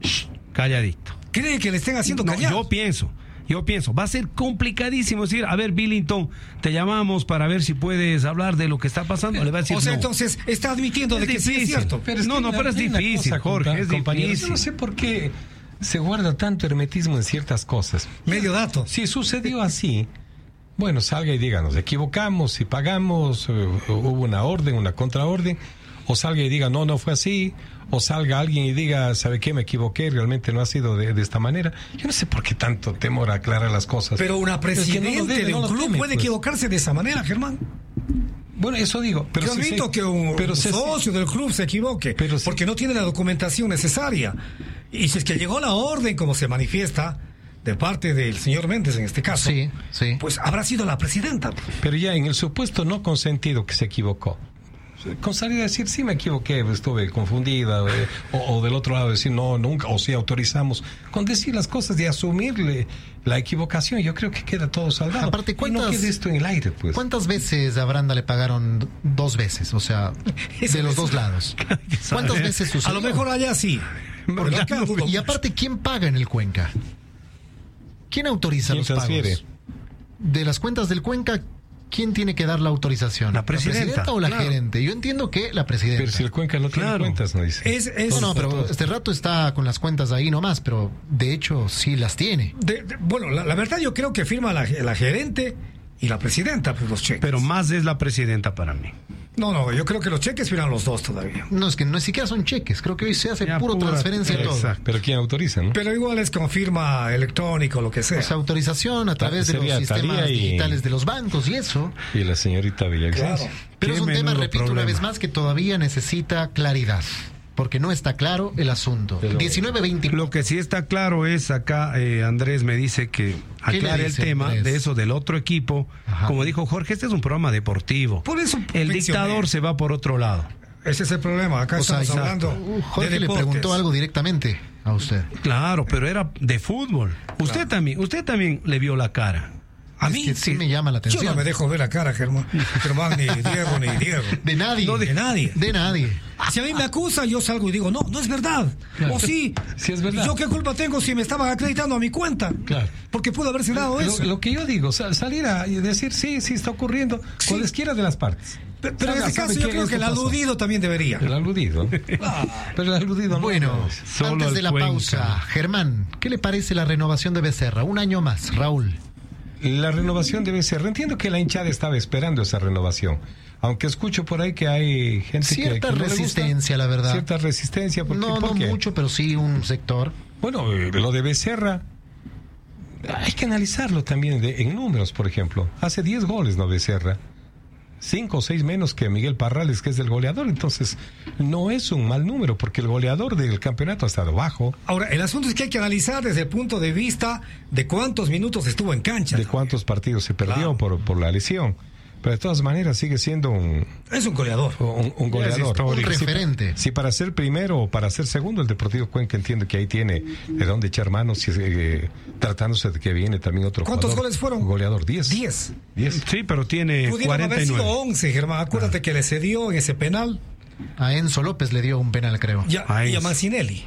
Speaker 9: shh, calladito.
Speaker 7: ¿Cree que le estén haciendo callar?
Speaker 9: yo pienso. Yo pienso, va a ser complicadísimo decir, a ver, Billington, te llamamos para ver si puedes hablar de lo que está pasando. Le va a decir,
Speaker 7: o sea,
Speaker 9: no.
Speaker 7: entonces está admitiendo
Speaker 9: es
Speaker 7: de que
Speaker 9: difícil.
Speaker 7: sí es cierto.
Speaker 9: Pero es no, no, pero es difícil, cosa, Jorge, es
Speaker 8: compañero.
Speaker 9: difícil.
Speaker 8: Yo no sé por qué se guarda tanto hermetismo en ciertas cosas.
Speaker 7: Medio dato.
Speaker 8: Si sucedió así, bueno, salga y díganos, equivocamos, si pagamos, eh, hubo una orden, una contraorden, o salga y diga, no, no fue así, o salga alguien y diga, ¿sabe qué? Me equivoqué, realmente no ha sido de, de esta manera. Yo no sé por qué tanto temor a aclarar las cosas.
Speaker 7: Pero una presidente
Speaker 8: Es que no lo debe,
Speaker 7: de
Speaker 8: no
Speaker 7: un
Speaker 8: lo
Speaker 7: club
Speaker 8: teme,
Speaker 7: puede
Speaker 8: pues.
Speaker 7: equivocarse de esa manera, Germán.
Speaker 8: Bueno, eso digo. Pero
Speaker 7: Yo
Speaker 8: si
Speaker 7: admito
Speaker 8: se-
Speaker 7: que un
Speaker 8: pero si-
Speaker 7: socio del club se equivoque, porque no tiene la documentación necesaria. Y si es que llegó la orden, como se manifiesta, de parte del señor Méndez en este caso, pues habrá sido la presidenta.
Speaker 8: Pero ya en el supuesto no consentido que se equivocó. Con salir a decir, sí me equivoqué, estuve confundida, eh, o, o del otro lado decir, no, nunca, o sí autorizamos. Con decir las cosas de asumirle la equivocación, yo creo que queda todo saldado.
Speaker 6: Aparte,
Speaker 8: Y no
Speaker 6: ¿cuántas-
Speaker 8: quede esto en el aire, pues.
Speaker 6: ¿Cuántas veces a Branda le pagaron dos veces? O sea, de los dos lados. ¿Cuántas
Speaker 9: Eh,
Speaker 6: veces sucedió?
Speaker 7: A lo mejor allá sí.
Speaker 6: Porque
Speaker 7: acá
Speaker 6: acá-
Speaker 7: dudo
Speaker 6: y aparte, ¿quién paga en el Cuenca? ¿Quién autoriza
Speaker 8: ¿Quién
Speaker 6: los
Speaker 8: transfiere?
Speaker 6: pagos? De las cuentas del Cuenca, ¿quién tiene que dar la autorización? ¿La
Speaker 8: presidenta,
Speaker 6: o la
Speaker 8: claro.
Speaker 6: gerente? Yo entiendo que la presidenta.
Speaker 8: Pero si el Cuenca no tiene cuentas, no dice.
Speaker 7: Es- es-
Speaker 6: No, no, pero este rato está con las cuentas ahí nomás, pero de hecho sí las tiene.
Speaker 7: De- de- bueno, la, la verdad yo creo que firma la, la gerente y la presidenta pues, los cheques.
Speaker 9: Pero más es la presidenta para mí.
Speaker 7: No, no, yo creo que los cheques firman los dos todavía.
Speaker 6: No, es que no siquiera son cheques, creo que hoy se hace puro
Speaker 7: pura-
Speaker 6: transferencia y todo.
Speaker 7: Exacto.
Speaker 8: Pero ¿quién autoriza, no?
Speaker 7: Pero igual es con firma electrónico, lo que sea.
Speaker 6: O sea, autorización a
Speaker 8: Ta-
Speaker 6: través de los
Speaker 8: sería
Speaker 6: sistemas
Speaker 8: Thalía y-
Speaker 6: digitales de los bancos y eso.
Speaker 8: Y la señorita Villavicencio.
Speaker 6: Pero
Speaker 8: Qué
Speaker 6: es un tema,
Speaker 8: menudo
Speaker 6: repito una
Speaker 8: problema.
Speaker 6: vez más, que todavía necesita claridad, porque no está claro el asunto. 19-20.
Speaker 9: Lo que sí está claro es acá, eh, Andrés me dice que
Speaker 6: ¿Qué le
Speaker 9: aclare el
Speaker 6: dice,
Speaker 9: tema
Speaker 6: Andrés?
Speaker 9: de eso del otro equipo. Como dijo Jorge, este es un programa deportivo.
Speaker 7: Por eso
Speaker 9: el
Speaker 7: mencioné.
Speaker 9: dictador se va por otro lado.
Speaker 7: Ese es el problema. Acá
Speaker 6: O sea,
Speaker 7: estamos
Speaker 6: exacto. Uh,
Speaker 7: hablando.
Speaker 6: Jorge
Speaker 7: de
Speaker 6: le
Speaker 7: deportes.
Speaker 6: preguntó algo directamente a usted.
Speaker 9: Claro, pero era de fútbol. Usted también, usted también le vio la cara.
Speaker 6: A mí sí me llama la atención.
Speaker 7: Yo no me dejo ver la cara, Germán. Germán, ni Diego, ni Diego.
Speaker 6: De nadie.
Speaker 7: No, de nadie.
Speaker 6: De nadie.
Speaker 7: Si a mí me acusa, yo salgo y digo, no, no es verdad.
Speaker 8: Claro.
Speaker 7: O sí.
Speaker 8: Sí, es verdad.
Speaker 7: ¿Yo qué culpa tengo si me estaban acreditando a mi cuenta?
Speaker 8: Claro.
Speaker 7: Porque pudo haberse
Speaker 8: Lo,
Speaker 7: dado eso.
Speaker 8: lo que yo digo, sal- salir a decir, sí, sí, está ocurriendo, cualesquiera de las partes.
Speaker 7: Pe- Pero en
Speaker 8: Sabe-
Speaker 7: este
Speaker 8: sabe
Speaker 7: caso yo
Speaker 8: qué,
Speaker 7: creo que el
Speaker 8: esto pasó.
Speaker 7: aludido también debería.
Speaker 8: El aludido. Pero el aludido no.
Speaker 6: Bueno,
Speaker 8: Solo
Speaker 6: antes
Speaker 8: el
Speaker 6: de la
Speaker 8: Cuenca.
Speaker 6: pausa, Germán, ¿qué le parece la renovación de Becerra? Un año más, Raúl.
Speaker 8: La renovación debe ser. Entiendo que la hinchada estaba esperando esa renovación. Aunque escucho por ahí que hay gente que-
Speaker 6: Cierta
Speaker 8: que. no le gusta.
Speaker 6: resistencia, la verdad.
Speaker 8: Cierta resistencia. Porque,
Speaker 6: No, no
Speaker 8: ¿por qué?
Speaker 6: mucho, pero sí un sector.
Speaker 8: Bueno, eh, lo de Becerra. Hay que analizarlo también de- en números, por ejemplo. Hace 10 goles, ¿no? Becerra. 5 o 6 menos que Miguel Parrales, que es el goleador. Entonces, no es un mal número, porque el goleador del campeonato ha estado bajo.
Speaker 7: Ahora, el asunto es que hay que analizar desde el punto de vista de cuántos minutos estuvo en cancha.
Speaker 8: de cuántos partidos se perdió por, por la lesión. Pero de todas maneras sigue siendo un,
Speaker 7: Es un goleador.
Speaker 6: Oh.
Speaker 8: un, un
Speaker 7: Ya es
Speaker 8: goleador.
Speaker 7: histórico. Un
Speaker 8: Si-
Speaker 7: referente.
Speaker 8: Si, para ser primero o para ser segundo, el Deportivo Cuenca entiende que ahí tiene de dónde echar manos, si es, eh, tratándose de que viene también otro
Speaker 7: ¿Cuántos
Speaker 8: jugador.
Speaker 7: goles fueron?
Speaker 8: Goleador, 10.
Speaker 7: 10.
Speaker 9: Sí, pero
Speaker 6: Eh,
Speaker 9: tiene
Speaker 7: Pudieron haber sido
Speaker 9: 49.
Speaker 7: 11, Germán. Acuérdate
Speaker 6: Ah.
Speaker 7: que le cedió en ese penal
Speaker 6: A Enzo López le dio un penal, creo.
Speaker 7: y a, y a Mancinelli.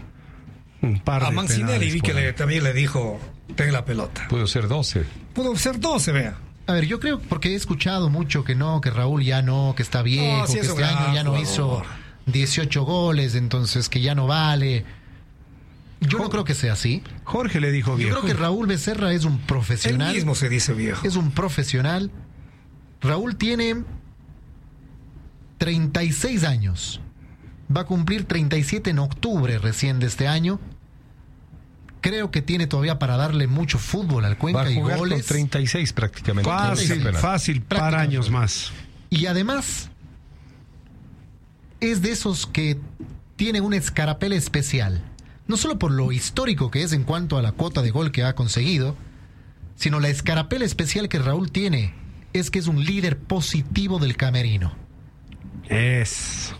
Speaker 9: Un par
Speaker 7: A
Speaker 9: de
Speaker 7: Mancinelli
Speaker 9: penales
Speaker 7: vi que
Speaker 9: por ahí.
Speaker 7: le- también le dijo, ten la pelota.
Speaker 8: Pudo ser 12.
Speaker 7: Pudo ser 12, vea.
Speaker 6: A ver, yo creo, porque he escuchado mucho que no, que Raúl ya no, que está viejo,
Speaker 7: No, sí
Speaker 6: que
Speaker 7: es un
Speaker 6: este año
Speaker 7: gran
Speaker 6: ya no
Speaker 7: jugador.
Speaker 6: hizo 18 goles, entonces que ya no vale. Yo no creo que sea así.
Speaker 9: Jorge le dijo
Speaker 6: Yo
Speaker 9: viejo.
Speaker 6: creo que Raúl Becerra es un
Speaker 7: Él
Speaker 6: profesional.
Speaker 7: mismo se dice viejo.
Speaker 6: Es un profesional. Raúl tiene 36 años. Va a cumplir 37 en octubre recién de este año. Creo que tiene todavía para darle mucho fútbol al
Speaker 8: Va
Speaker 6: Cuenca
Speaker 8: a
Speaker 6: y
Speaker 8: jugar con
Speaker 6: goles.
Speaker 8: 36 prácticamente.
Speaker 9: Fácil,
Speaker 8: Apenas.
Speaker 9: fácil, para años más.
Speaker 6: Y además, es de esos que tiene un escarapela especial. No solo por lo histórico que es en cuanto a la cuota de gol que ha conseguido, sino la escarapela especial que Raúl tiene es que es un líder positivo del camerino.
Speaker 9: Es.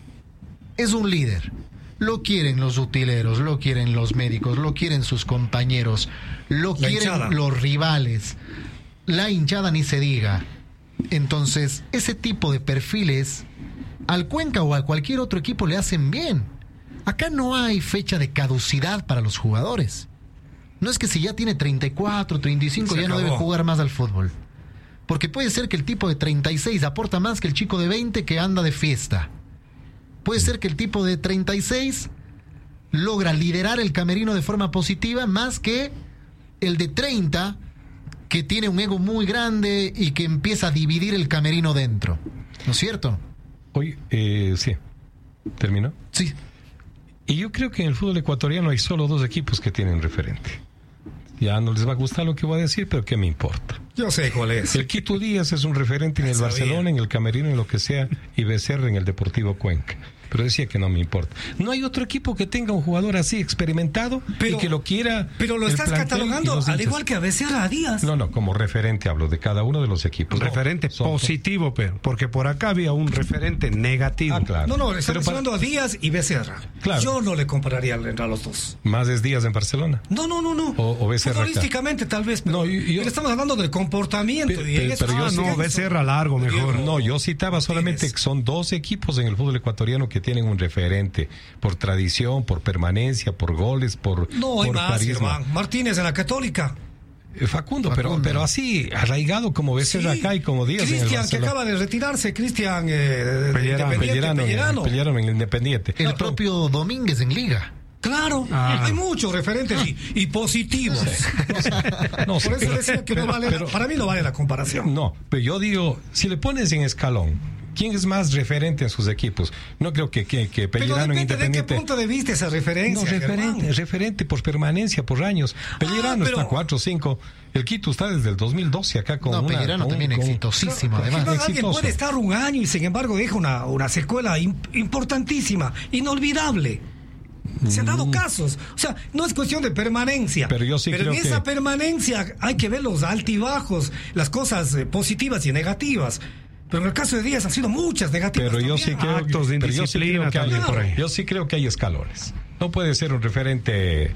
Speaker 6: Es un líder. Lo quieren los utileros, lo quieren los médicos, lo quieren sus compañeros, lo
Speaker 7: La
Speaker 6: quieren
Speaker 7: hinchada.
Speaker 6: los rivales. La hinchada ni se diga. Entonces, ese tipo de perfiles al Cuenca o a cualquier otro equipo le hacen bien. Acá no hay fecha de caducidad para los jugadores. No es que si ya tiene 34, 35
Speaker 7: Se
Speaker 6: ya no debe
Speaker 7: acabó.
Speaker 6: jugar más al fútbol. Porque puede ser que el tipo de 36 aporta más que el chico de 20 que anda de fiesta. Puede ser que el tipo de 36 logra liderar el camerino de forma positiva más que el de 30 que tiene un ego muy grande y que empieza a dividir el camerino dentro. ¿No es cierto?
Speaker 8: Oye, eh, sí. ¿Terminó?
Speaker 6: Sí.
Speaker 8: Y yo creo que en el fútbol ecuatoriano hay solo dos equipos que tienen referente. Ya no les va a gustar lo que voy a decir, pero ¿qué me importa?
Speaker 7: Yo sé cuál es.
Speaker 8: El Quito Díaz es un referente en el Sabía. Barcelona, en el Camerino, en lo que sea, y Becerra en el Deportivo Cuenca. Pero decía que no me importa. No hay otro equipo que tenga un jugador así experimentado pero, y que lo quiera.
Speaker 7: Pero lo estás catalogando al igual que a Becerra a Díaz.
Speaker 8: No, no, como referente hablo de cada uno de los equipos. No,
Speaker 9: referente positivo, pero porque por acá había un referente negativo. Ah,
Speaker 7: claro. No, no, estamos hablando para... a Díaz y Becerra.
Speaker 8: Claro.
Speaker 7: Yo no le compararía a los dos.
Speaker 8: Más es Díaz en Barcelona.
Speaker 7: No, no, no, no.
Speaker 8: O, o Becerra.
Speaker 7: Futbolísticamente tal vez, pero, no, yo, yo... pero estamos hablando del comportamiento.
Speaker 9: Pero, y pero yo ah, no, Becerra largo mejor.
Speaker 8: No, yo citaba solamente Tienes. que son dos equipos en el fútbol ecuatoriano que tienen un referente por tradición, por permanencia, por goles, por.
Speaker 7: No,
Speaker 8: por Eh,
Speaker 7: más, Germán. Martínez en la Católica.
Speaker 8: Facundo, Facundo, Pero, pero así, arraigado como Becerra sí. acá y como Díaz.
Speaker 7: Cristian, que acaba de retirarse, Cristian. Eh,
Speaker 8: Pellerano, Pellerano, Pellerano. Pellerano en el Independiente.
Speaker 6: El no, propio Domínguez en Liga.
Speaker 7: Claro, ah. hay muchos referentes y, y positivos. No, sé. Por eso decía que pero, no vale, pero, la, para mí no vale la comparación.
Speaker 8: No, pero yo digo, si le pones en escalón, ¿Quién es más referente en sus equipos? No creo que, que, que
Speaker 7: Pellerano Pero Independiente. ¿De qué punto de vista esa referencia? No,
Speaker 8: referente, Germán. referente por permanencia, por años. Pellerano ah, pero... está 4 o 5. El Quito está desde el 2012 acá con.
Speaker 6: No,
Speaker 8: una,
Speaker 6: Pellerano
Speaker 8: con,
Speaker 6: también con... exitosísimo, pero, además.
Speaker 7: Alguien
Speaker 6: exitoso.
Speaker 7: puede estar un año y sin embargo deja una, una secuela importantísima, inolvidable. Se han dado casos. O sea, no es cuestión de permanencia.
Speaker 8: Pero yo sí
Speaker 7: Pero
Speaker 8: creo
Speaker 7: en esa
Speaker 8: que...
Speaker 7: permanencia hay que ver los altibajos, las cosas positivas y negativas. Pero en el caso de Díaz han sido muchas negativas.
Speaker 8: Pero yo sí creo,
Speaker 9: Actos de
Speaker 8: yo sí creo que hay,
Speaker 9: también por ahí.
Speaker 8: Yo sí creo que hay escalones. No puede ser un referente.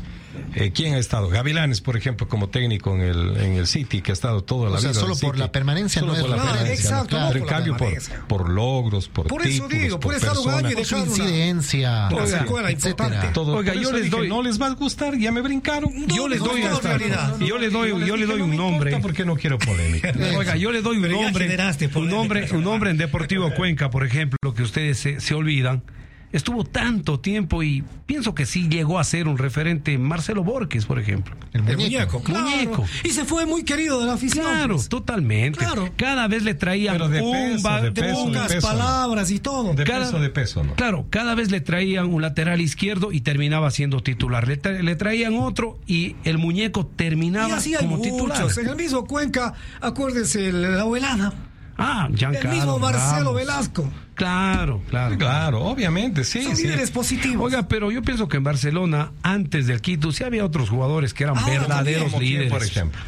Speaker 8: Eh, ¿Quién ha estado? Gavilanes, por ejemplo, como técnico en el, en el City, que ha estado toda la
Speaker 6: o
Speaker 8: vida.
Speaker 6: Sea, solo por
Speaker 8: City.
Speaker 6: la permanencia
Speaker 8: solo
Speaker 6: no es
Speaker 8: por la
Speaker 6: claro,
Speaker 8: permanencia,
Speaker 7: exacto,
Speaker 8: no, claro.
Speaker 7: por,
Speaker 8: en cambio, por, por, logros, por
Speaker 7: Por eso
Speaker 8: títulos,
Speaker 7: digo,
Speaker 8: por
Speaker 7: estar un año y dejar
Speaker 6: una incidencia.
Speaker 7: Una secuela importante.
Speaker 8: Todo, Oiga, yo les doy. no les va a gustar, ya me brincaron.
Speaker 9: No, yo les doy hasta, Yo les doy, yo les doy un nombre.
Speaker 8: Porque no quiero polémica.
Speaker 9: Oiga, yo les doy un nombre. Un nombre, un nombre en Deportivo Cuenca, por ejemplo, que ustedes se, se olvidan estuvo tanto tiempo y pienso que sí llegó a ser un referente Marcelo Borges, por ejemplo.
Speaker 7: El muñeco. Claro.
Speaker 9: muñeco.
Speaker 7: Y se fue muy querido de la afición.
Speaker 9: Claro, pues. totalmente. Claro. Cada vez le traían
Speaker 8: de
Speaker 9: bomba,
Speaker 8: peso, de peso,
Speaker 7: pocas
Speaker 8: de peso,
Speaker 7: palabras y todo.
Speaker 8: De cada, peso, de peso, ¿no?
Speaker 9: Claro, cada vez le traían un lateral izquierdo y terminaba siendo titular. Le, tra le traían otro y el muñeco terminaba y así como muchos. titular.
Speaker 7: En el mismo Cuenca, acuérdense, la abuelada.
Speaker 9: Ah, Giancarlo,
Speaker 7: El mismo Marcelo
Speaker 9: vamos.
Speaker 7: Velasco.
Speaker 9: Claro, claro.
Speaker 8: Claro, obviamente, sí.
Speaker 7: Son
Speaker 8: sí.
Speaker 7: líderes positivos.
Speaker 9: Oiga, pero yo pienso que en Barcelona, antes del Quito, sí había otros jugadores que eran ah, verdaderos
Speaker 8: ¿no?
Speaker 9: líderes.
Speaker 8: por ejemplo?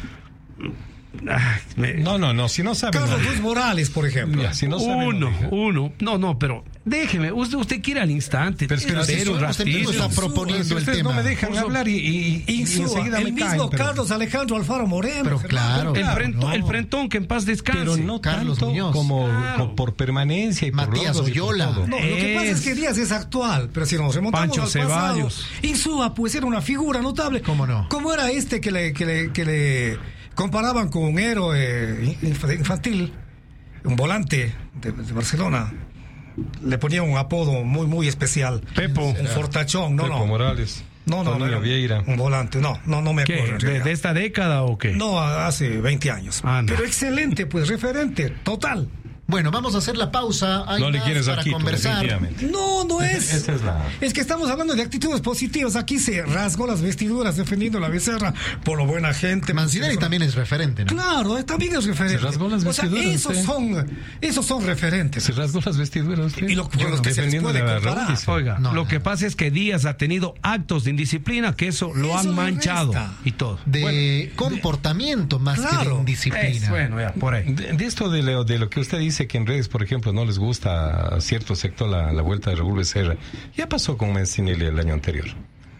Speaker 8: Ah, me... No, no, no, si no sabe.
Speaker 7: Carlos
Speaker 8: no.
Speaker 7: Luis Morales, por ejemplo.
Speaker 8: Ya, si no sabe,
Speaker 9: uno,
Speaker 8: no
Speaker 9: uno. No, no, pero déjeme, usted, usted quiere al instante.
Speaker 6: Pero es que usted,
Speaker 9: no
Speaker 6: está proponiendo
Speaker 8: Ustedes
Speaker 6: el tema.
Speaker 8: no me dejan
Speaker 6: Uso,
Speaker 8: hablar y, y, y,
Speaker 7: Insúa,
Speaker 8: y enseguida
Speaker 7: El
Speaker 8: me
Speaker 7: mismo
Speaker 8: caen, pero-
Speaker 7: Carlos Alejandro Alfaro Moreno.
Speaker 6: Pero claro,
Speaker 9: el,
Speaker 6: claro,
Speaker 9: frentón,
Speaker 6: no.
Speaker 9: el frentón, que en paz descanse.
Speaker 8: Pero no
Speaker 6: Carlos
Speaker 8: tanto
Speaker 6: Muñoz.
Speaker 8: como,
Speaker 9: Claro.
Speaker 8: como por permanencia y por
Speaker 6: Matías
Speaker 8: logros y por
Speaker 6: Oyola.
Speaker 8: todo.
Speaker 7: No, lo que pasa
Speaker 9: Es-
Speaker 7: es que Díaz es actual, pero si nos remontamos
Speaker 9: Pancho
Speaker 7: al
Speaker 9: Ceballos.
Speaker 7: pasado, Insúa pues era una figura notable.
Speaker 6: ¿Cómo no?
Speaker 7: ¿Cómo era este que le, que le, que le comparaban con un héroe inf- infantil, un volante de, de Barcelona? Le ponían un apodo muy, muy especial.
Speaker 9: Pepo.
Speaker 7: Un fortachón, no,
Speaker 8: Pepo
Speaker 7: no.
Speaker 8: Morales.
Speaker 7: No, no, no.
Speaker 8: Antonio
Speaker 7: era
Speaker 8: Vieira.
Speaker 7: Un volante, no, no, no me
Speaker 9: ¿Qué?
Speaker 7: acuerdo. en
Speaker 9: ¿De,
Speaker 7: realidad.
Speaker 9: de esta década o qué?
Speaker 7: No, hace 20 años.
Speaker 9: Ah, no.
Speaker 7: Pero excelente, pues referente, total.
Speaker 6: Bueno, vamos a hacer la pausa. Hay
Speaker 8: No le
Speaker 6: más
Speaker 8: quieres
Speaker 6: para
Speaker 8: al Quito,
Speaker 6: conversar.
Speaker 8: definitivamente.
Speaker 7: No, no es.
Speaker 8: Esa es la-
Speaker 7: Es que estamos hablando de actitudes positivas. Aquí se rasgó las vestiduras defendiendo la becerra por lo buena gente.
Speaker 6: Mancinelli también es referente, ¿no?
Speaker 7: Claro, eh, también es referente.
Speaker 8: Se rasgó las
Speaker 7: o sea,
Speaker 8: vestiduras,
Speaker 7: esos
Speaker 8: ¿eh?
Speaker 7: son, esos son referentes.
Speaker 8: Se rasgó las vestiduras.
Speaker 7: Y lo- con los que se les
Speaker 8: Dependiendo
Speaker 7: puede
Speaker 8: de la
Speaker 7: comparar.
Speaker 8: raíz.
Speaker 9: Oiga,
Speaker 6: No,
Speaker 9: lo
Speaker 6: no.
Speaker 9: que pasa es que Díaz ha tenido actos de indisciplina que eso lo
Speaker 7: Eso
Speaker 9: han
Speaker 7: le
Speaker 9: manchado
Speaker 7: resta.
Speaker 9: y todo.
Speaker 6: De comportamiento más que
Speaker 7: Claro.
Speaker 6: de indisciplina.
Speaker 9: Es, bueno, ya, por ahí.
Speaker 8: De, de esto de, lo- de lo que usted dice que en redes, por ejemplo, no les gusta a cierto sector la, la vuelta de Raúl Becerra, ya pasó con Mancinelli el año anterior.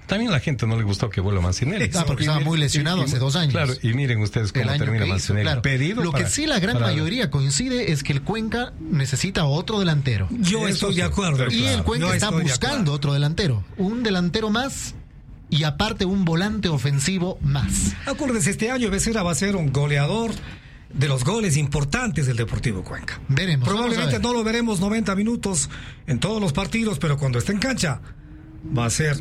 Speaker 8: También a la gente no le gustó que vuelva Mancinelli.
Speaker 6: Ah, porque
Speaker 8: Y
Speaker 6: estaba
Speaker 8: miren-
Speaker 6: muy lesionado hace dos años.
Speaker 8: Claro, y miren ustedes
Speaker 6: el
Speaker 8: cómo
Speaker 6: año
Speaker 8: termina
Speaker 6: que hizo,
Speaker 8: Mancinelli.
Speaker 6: claro.
Speaker 8: Pedido
Speaker 6: Lo que
Speaker 8: para-
Speaker 6: sí la gran
Speaker 8: para-
Speaker 6: mayoría coincide es que el Cuenca necesita otro delantero.
Speaker 7: Yo
Speaker 8: Eso
Speaker 7: estoy
Speaker 8: sí.
Speaker 7: de acuerdo.
Speaker 6: Y el
Speaker 7: claro. Yo
Speaker 6: Cuenca está
Speaker 7: estoy de
Speaker 6: buscando
Speaker 7: acuerdo.
Speaker 6: otro delantero. Un delantero más y aparte un volante ofensivo más.
Speaker 7: Acuérdense, este año Becerra va a ser un goleador de los goles importantes del Deportivo Cuenca.
Speaker 6: Veremos.
Speaker 7: Probablemente
Speaker 6: vamos a ver.
Speaker 7: no lo veremos 90 minutos en todos los partidos, pero cuando esté en cancha va a ser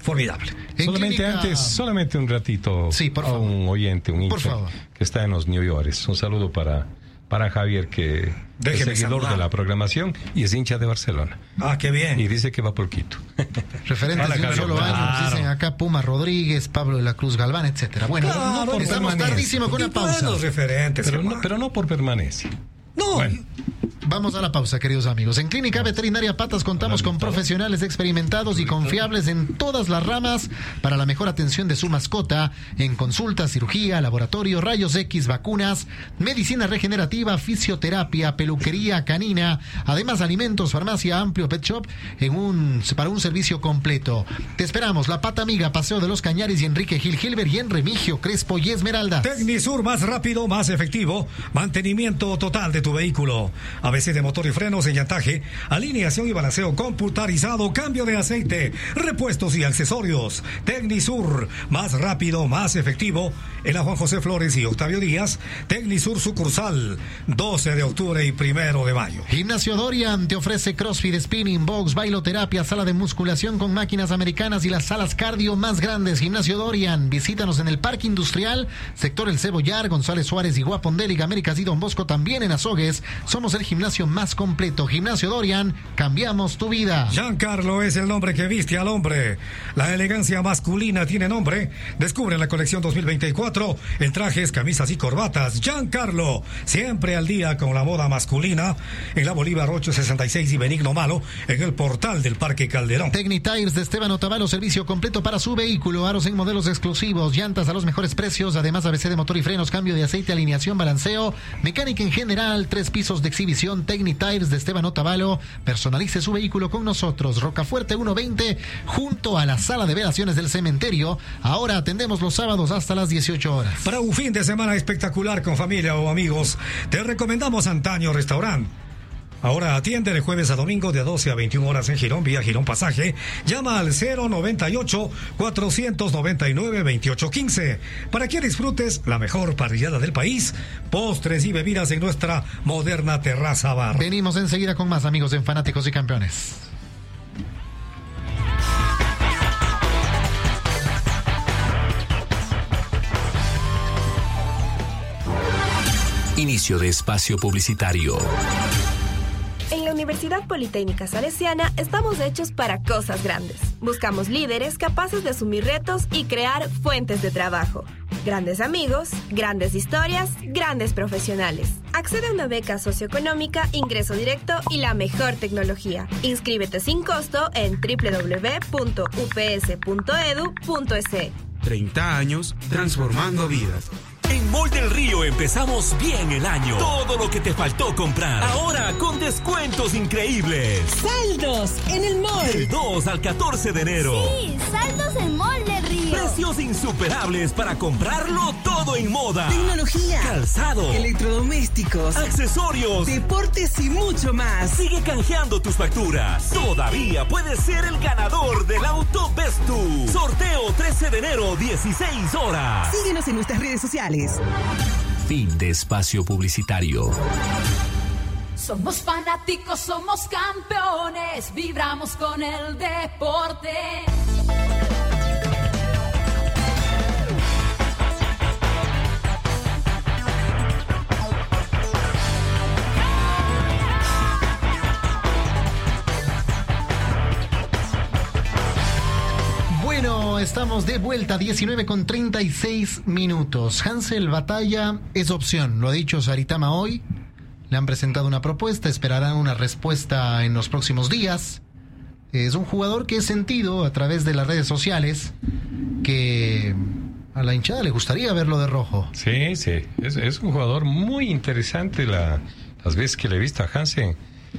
Speaker 7: formidable.
Speaker 8: Solamente clínica... antes, solamente un ratito
Speaker 6: sí, por
Speaker 8: a un
Speaker 6: favor.
Speaker 8: oyente, un
Speaker 6: Por
Speaker 8: hincha
Speaker 6: favor.
Speaker 8: que está en los New Yorkers. Un saludo para, para Javier, que es
Speaker 7: Déjeme
Speaker 8: seguidor
Speaker 7: saludar.
Speaker 8: de la programación y es hincha de Barcelona.
Speaker 7: Ah, qué bien.
Speaker 8: Y dice que va por Quito.
Speaker 6: Referentes
Speaker 8: Hola,
Speaker 6: de un
Speaker 8: Javier.
Speaker 6: solo año, nos
Speaker 8: Claro.
Speaker 6: dicen acá Puma Rodríguez, Pablo de la Cruz Galván, etcétera. Bueno,
Speaker 7: Claro, por
Speaker 6: estamos
Speaker 7: permanencia.
Speaker 6: tardísimo con
Speaker 7: Y
Speaker 6: una pausa.
Speaker 7: buenos referentes,
Speaker 8: Pero no, pero no por permanencia.
Speaker 7: No.
Speaker 6: Vamos a la pausa, queridos amigos. En Clínica Veterinaria Patas contamos con profesionales experimentados y confiables en todas las ramas para la mejor atención de su mascota en consulta, cirugía, laboratorio, rayos X, vacunas, medicina regenerativa, fisioterapia, peluquería canina, además alimentos, farmacia, amplio pet shop en un, para un servicio completo. Te esperamos, La Pata Amiga, Paseo de los Cañares y Enrique Gil Gilbert y en Remigio, Crespo y Esmeralda.
Speaker 7: Tecnisur más rápido, más efectivo. Mantenimiento total de tu vehículo. ABC de motor y frenos en llantaje, alineación y balanceo computarizado, cambio de aceite, repuestos y accesorios. Tecnisur más rápido, más efectivo. En la Juan José Flores y Octavio Díaz, Tecnisur sucursal, 12 de octubre y primero de mayo.
Speaker 6: Gimnasio Dorian te ofrece crossfit, spinning, box, bailoterapia, sala de musculación con máquinas americanas y las salas cardio más grandes. Gimnasio Dorian, visítanos en el Parque Industrial, sector El Cebollar, González Suárez y Guapondélica, Américas y Don Bosco también en Azogues. Somos el gimnasio más completo. Gimnasio Dorian, cambiamos tu vida.
Speaker 7: Giancarlo es el nombre que viste al hombre. La elegancia masculina tiene nombre. Descubre la colección 2024 en trajes, camisas y corbatas. Giancarlo, siempre al día con la moda masculina en la Bolívar 866 y Benigno Malo en el portal del Parque Calderón.
Speaker 6: Tires de Esteban Otavalo, servicio completo para su vehículo, aros en modelos exclusivos, llantas a los mejores precios, además ABC de motor y frenos, cambio de aceite, alineación, balanceo, mecánica en general, tres pisos de exhibición, Tires de Esteban Otavalo, personalice su vehículo con nosotros, Rocafuerte 120, junto a la sala de velaciones del cementerio, ahora atendemos los sábados hasta las 18 horas.
Speaker 7: Para un fin de semana espectacular con familia o amigos, te recomendamos Antaño Restaurant. Ahora atiende de jueves a domingo de 12 a 21 horas en Girón, vía Girón Pasaje. Llama al 098-499-2815 para que disfrutes la mejor parrillada del país, postres y bebidas en nuestra moderna terraza bar.
Speaker 6: Venimos enseguida con más amigos en Fanáticos y Campeones.
Speaker 14: Inicio de espacio publicitario.
Speaker 15: En la Universidad Politécnica Salesiana estamos hechos para cosas grandes. Buscamos líderes capaces de asumir retos y crear fuentes de trabajo. Grandes amigos, grandes historias, grandes profesionales. Accede a una beca socioeconómica, ingreso directo y la mejor tecnología. Inscríbete sin costo en E www.ups.edu.es.
Speaker 16: 30 años transformando vidas.
Speaker 17: En Mall del Río empezamos bien el año. Todo lo que te faltó comprar. Ahora con descuentos increíbles.
Speaker 18: Saldos en el
Speaker 17: Del
Speaker 18: mall.
Speaker 17: 2 al 14 de enero.
Speaker 18: Sí, saldos en Mall de Río.
Speaker 17: Precios insuperables para comprarlo todo en moda.
Speaker 18: Tecnología.
Speaker 17: Calzado.
Speaker 18: Electrodomésticos.
Speaker 17: Accesorios.
Speaker 18: Deportes y mucho más.
Speaker 17: Sigue canjeando tus facturas. Todavía puedes ser el ganador del auto Bestu. Sorteo 13 de enero, 16 horas.
Speaker 18: Síguenos en nuestras redes sociales.
Speaker 14: Fin de espacio publicitario.
Speaker 3: Somos fanáticos, somos campeones, vibramos con el deporte.
Speaker 6: Bueno, estamos de vuelta, 19 con 36 minutos. Hansel Batalla es opción, lo ha dicho Saritama hoy. Le han presentado una propuesta, esperarán una respuesta en los próximos días. Es un jugador que es sentido a través de las redes sociales que a la hinchada le gustaría verlo de rojo.
Speaker 8: Sí, sí. Es, es un jugador muy interesante la, las veces que le he visto a Hansen.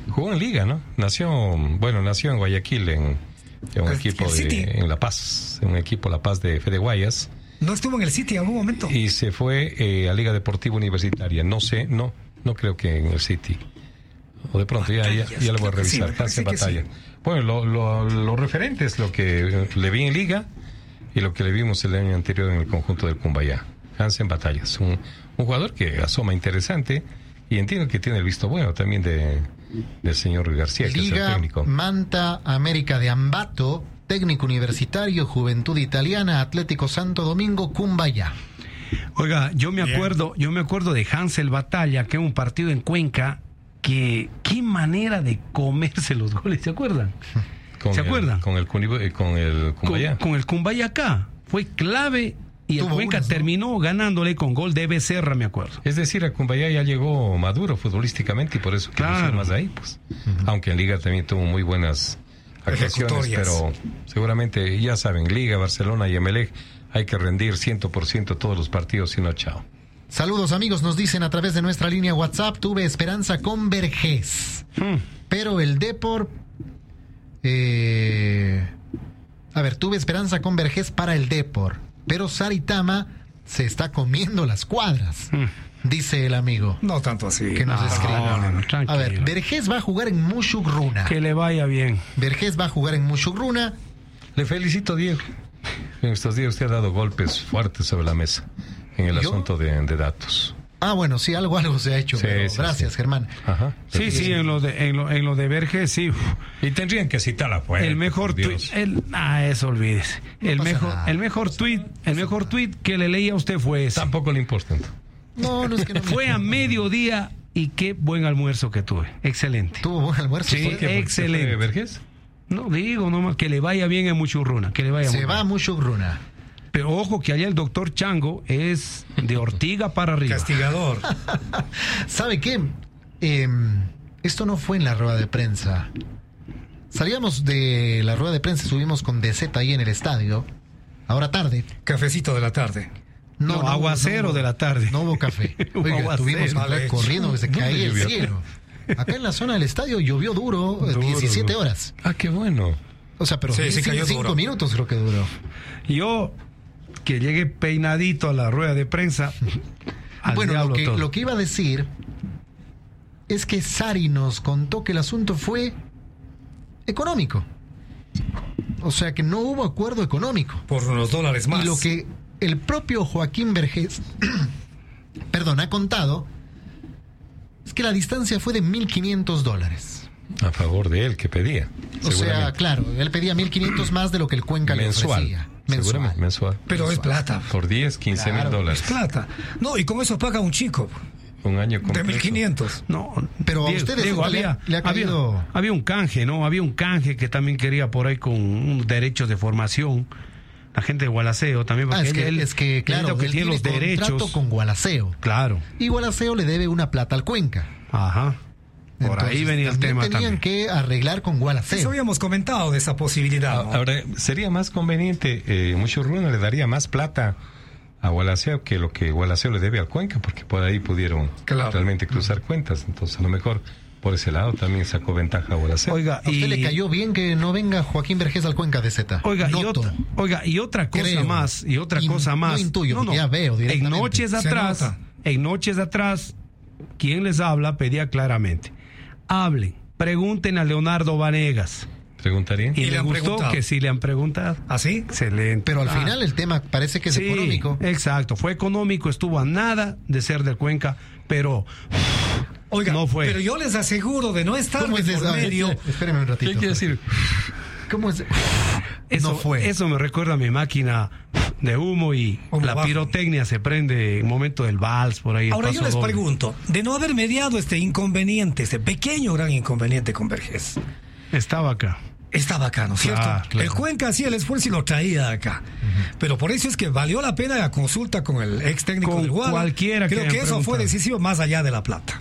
Speaker 8: Jugó en Liga, ¿no? Nació, bueno, nació en Guayaquil, en, en un
Speaker 7: El-
Speaker 8: equipo
Speaker 7: el City.
Speaker 8: de, en La Paz, en un equipo La Paz de Fede Guayas.
Speaker 7: ¿No estuvo en el City en algún momento?
Speaker 8: Y se fue eh, a Liga Deportiva Universitaria. No sé, no, no creo que en el City. O de pronto, ya, ya, ya lo voy a
Speaker 7: creo que sí,
Speaker 8: revisar.
Speaker 7: me parece
Speaker 8: Hansen
Speaker 7: que sí.
Speaker 8: batalla. Bueno, lo, lo, lo referente es lo que le vi en Liga y lo que le vimos el año anterior en el conjunto del Cumbayá. Hansen Batallas, un, un jugador que asoma interesante y entiendo que tiene el visto bueno también de, del señor García, que es el
Speaker 6: Liga
Speaker 8: técnico.
Speaker 6: Manta América de Ambato Técnico Universitario, Juventud Italiana, Atlético Santo Domingo, Cumbaya.
Speaker 9: Oiga, yo me acuerdo, yo me acuerdo de Hansel Batalla, que es un partido en Cuenca, que qué manera de comerse los goles, ¿se acuerdan?
Speaker 8: Con
Speaker 9: ¿Se
Speaker 8: el-
Speaker 9: acuerdan?
Speaker 8: Con el, Cuni- eh, con el Cumbayá.
Speaker 9: Con, con el Cumbayacá. Fue clave y el
Speaker 8: Tuvo
Speaker 9: Cuenca
Speaker 8: unas, ¿no?
Speaker 9: terminó ganándole con gol de Becerra, me acuerdo.
Speaker 8: Es decir, a Cumbayá ya llegó maduro futbolísticamente y por eso quiso ir más ahí. Pues. Aunque en Liga también tuvo muy buenas actuaciones,
Speaker 7: Ejecutorias.
Speaker 8: pero seguramente ya saben, Liga, Barcelona y Emelec hay que rendir 100% todos los partidos, si no, chao.
Speaker 6: Saludos amigos, nos dicen a través de nuestra línea WhatsApp, tuve esperanza con Vergés. Pero el Depor... eh, a ver, tuve esperanza con Vergés para el Depor. Pero Saritama se está comiendo las cuadras, dice el amigo.
Speaker 7: No tanto así. Ah.
Speaker 6: Que nos
Speaker 7: No,
Speaker 6: escribe.
Speaker 7: no, no, no,
Speaker 6: a ver, Vergés va a jugar en Mushugruna.
Speaker 9: Que le vaya bien.
Speaker 6: Vergés va a jugar en Mushugruna.
Speaker 8: Le felicito, Diego. En estos días usted ha dado golpes fuertes sobre la mesa en el
Speaker 6: ¿Yo?
Speaker 8: asunto de, de datos.
Speaker 6: Ah, bueno, sí, algo, algo se ha hecho.
Speaker 8: Sí,
Speaker 6: pero
Speaker 8: sí,
Speaker 6: gracias,
Speaker 8: sí.
Speaker 6: Germán.
Speaker 8: Ajá.
Speaker 9: Sí, sí, en lo de, en lo, en lo de Verges, sí.
Speaker 8: Y tendrían que citarla, pues.
Speaker 9: El mejor
Speaker 8: Dios.
Speaker 9: tweet. El, ah, eso olvídese. el,
Speaker 6: pasa
Speaker 9: mejor,
Speaker 6: nada.
Speaker 9: el mejor tweet, el mejor tweet que le leía a usted fue ese.
Speaker 8: Tampoco le importa.
Speaker 6: No, no es que no me-
Speaker 9: Fue a mediodía y qué buen almuerzo que tuve. Excelente.
Speaker 6: Tuvo buen almuerzo.
Speaker 9: Sí,
Speaker 6: ¿Por qué? Porque
Speaker 9: excelente. No digo nomás que le vaya bien a Muchurruna, que le vaya
Speaker 6: Se
Speaker 9: muy
Speaker 6: va a
Speaker 9: bien.
Speaker 6: Mushugruna.
Speaker 9: Pero ojo que allá el doctor Chango es de ortiga para arriba.
Speaker 7: Castigador.
Speaker 6: ¿Sabe qué? Em, esto no fue en la rueda de prensa. Salíamos de la rueda de prensa, subimos con DZ ahí en el estadio. Ahora tarde.
Speaker 7: Cafecito de la tarde.
Speaker 9: No, aguacero
Speaker 6: hubo-
Speaker 9: de la tarde.
Speaker 6: No hubo café.
Speaker 9: Un
Speaker 6: Oiga,
Speaker 9: aguacero.
Speaker 6: estuvimos
Speaker 9: Mal hecho.
Speaker 6: corriendo que se
Speaker 9: ¿Dónde
Speaker 6: caía el
Speaker 9: llovió?
Speaker 6: cielo. Acá en la zona del estadio llovió duro, eh,
Speaker 8: Duro,
Speaker 6: 17
Speaker 8: duro.
Speaker 6: horas.
Speaker 8: Ah, qué bueno.
Speaker 6: O sea, pero
Speaker 7: Sí, sí
Speaker 6: 5
Speaker 7: cayó duro.
Speaker 6: minutos creo que duró.
Speaker 9: Yo que llegué peinadito a la rueda de prensa. al
Speaker 6: bueno, lo
Speaker 9: diablo
Speaker 6: que,
Speaker 9: todo.
Speaker 6: lo que iba a decir es que Sari nos contó que el asunto fue económico. O sea que no hubo acuerdo económico.
Speaker 7: Por unos dólares más.
Speaker 6: Y lo que el propio Joaquín Vergés, perdón, ha contado es que la distancia fue de 1.500 dólares.
Speaker 8: A favor de él que pedía.
Speaker 6: O sea,
Speaker 8: seguramente.
Speaker 6: claro, él pedía 1.500 más de lo que el Cuenca
Speaker 8: mensual.
Speaker 6: le ofrecía.
Speaker 8: Seguramente, mensual.
Speaker 7: Pero es plata.
Speaker 8: Por 10, 15
Speaker 7: Claro,
Speaker 8: mil dólares.
Speaker 7: Es plata. No, y con eso paga un chico.
Speaker 8: Un año
Speaker 7: De
Speaker 8: completo.
Speaker 7: 1500.
Speaker 9: No,
Speaker 6: Pero a
Speaker 9: Diego,
Speaker 6: ustedes
Speaker 9: Diego,
Speaker 6: le-
Speaker 9: había,
Speaker 6: le ha
Speaker 9: había-
Speaker 6: caído-
Speaker 9: había un canje, ¿no? Había un canje que también quería por ahí con unos derechos de formación. La gente de Gualaceo también,
Speaker 6: Ah,
Speaker 9: porque
Speaker 6: es, que,
Speaker 9: él,
Speaker 6: es que,
Speaker 9: él
Speaker 6: claro,
Speaker 9: lo que
Speaker 6: él
Speaker 9: tiene los
Speaker 6: contrato
Speaker 9: derechos.
Speaker 6: con Gualaceo.
Speaker 9: Claro,
Speaker 6: Y Gualaceo le debe una plata al Cuenca.
Speaker 9: ajá. Por ahí
Speaker 6: Entonces,
Speaker 9: venía el
Speaker 6: también
Speaker 9: tema
Speaker 6: Tenían
Speaker 9: también.
Speaker 6: que arreglar con
Speaker 7: Eso
Speaker 6: Gualaceo.
Speaker 7: habíamos comentado de esa posibilidad. ¿no?
Speaker 8: Ahora, Ah, sería más conveniente, eh, mucho Runa le daría más plata a Gualaceo que lo que Gualaceo le debe al Cuenca, porque por ahí pudieron
Speaker 7: Claro.
Speaker 8: realmente cruzar cuentas. Entonces, a lo mejor por ese lado también sacó ventaja a Gualaceo.
Speaker 9: Oiga,
Speaker 6: A usted
Speaker 9: y-
Speaker 6: le cayó bien que no venga Joaquín Vergés al Cuenca de Z.
Speaker 9: Oiga, y otra, oiga, y otra cosa
Speaker 6: Creo.
Speaker 9: más, y otra
Speaker 6: In-
Speaker 9: cosa más.
Speaker 6: no intuyo, porque ya veo
Speaker 9: En
Speaker 6: directamente.
Speaker 9: noches
Speaker 7: Se
Speaker 9: atrás,
Speaker 7: nota.
Speaker 9: en noches atrás, quien les habla pedía claramente. Hablen, pregunten a Leonardo Vanegas.
Speaker 8: ¿Preguntaría?
Speaker 9: Y,
Speaker 7: Y le
Speaker 9: le
Speaker 7: han
Speaker 9: gustó
Speaker 7: preguntado.
Speaker 9: que sí le han preguntado.
Speaker 7: ¿Así?
Speaker 9: Excelente.
Speaker 6: Pero al
Speaker 9: Ah,
Speaker 6: final el tema parece que es
Speaker 9: sí, Eh,
Speaker 6: económico.
Speaker 9: Exacto, fue económico, estuvo a nada de ser del Cuenca, pero
Speaker 7: Oiga,
Speaker 9: no fue.
Speaker 7: pero yo les aseguro de no estar
Speaker 6: ¿Cómo
Speaker 7: de
Speaker 6: es
Speaker 7: por
Speaker 6: eso? A ver,
Speaker 7: medio.
Speaker 6: Espéreme un ratito.
Speaker 8: ¿Qué quiere decir?
Speaker 6: ¿Cómo es?
Speaker 9: eso,
Speaker 6: no fue.
Speaker 9: Eso me recuerda a mi máquina de humo y
Speaker 7: Humo
Speaker 9: la
Speaker 7: bajo.
Speaker 9: pirotecnia se prende en momento del vals por ahí. el
Speaker 7: Ahora yo
Speaker 9: paso
Speaker 7: les
Speaker 9: doble.
Speaker 7: pregunto, de no haber mediado este inconveniente, este pequeño gran inconveniente con Vergés,
Speaker 9: Estaba acá.
Speaker 7: está bacano, ¿cierto?
Speaker 9: Ah, claro.
Speaker 7: El Cuenca hacía el esfuerzo y lo traía acá. Pero por eso es que valió la pena la consulta con el ex técnico
Speaker 9: Con
Speaker 7: del Guadalajara.
Speaker 9: cualquiera que
Speaker 7: Creo que,
Speaker 9: hayan
Speaker 7: eso fue
Speaker 9: preguntado.
Speaker 7: decisivo más allá de la plata.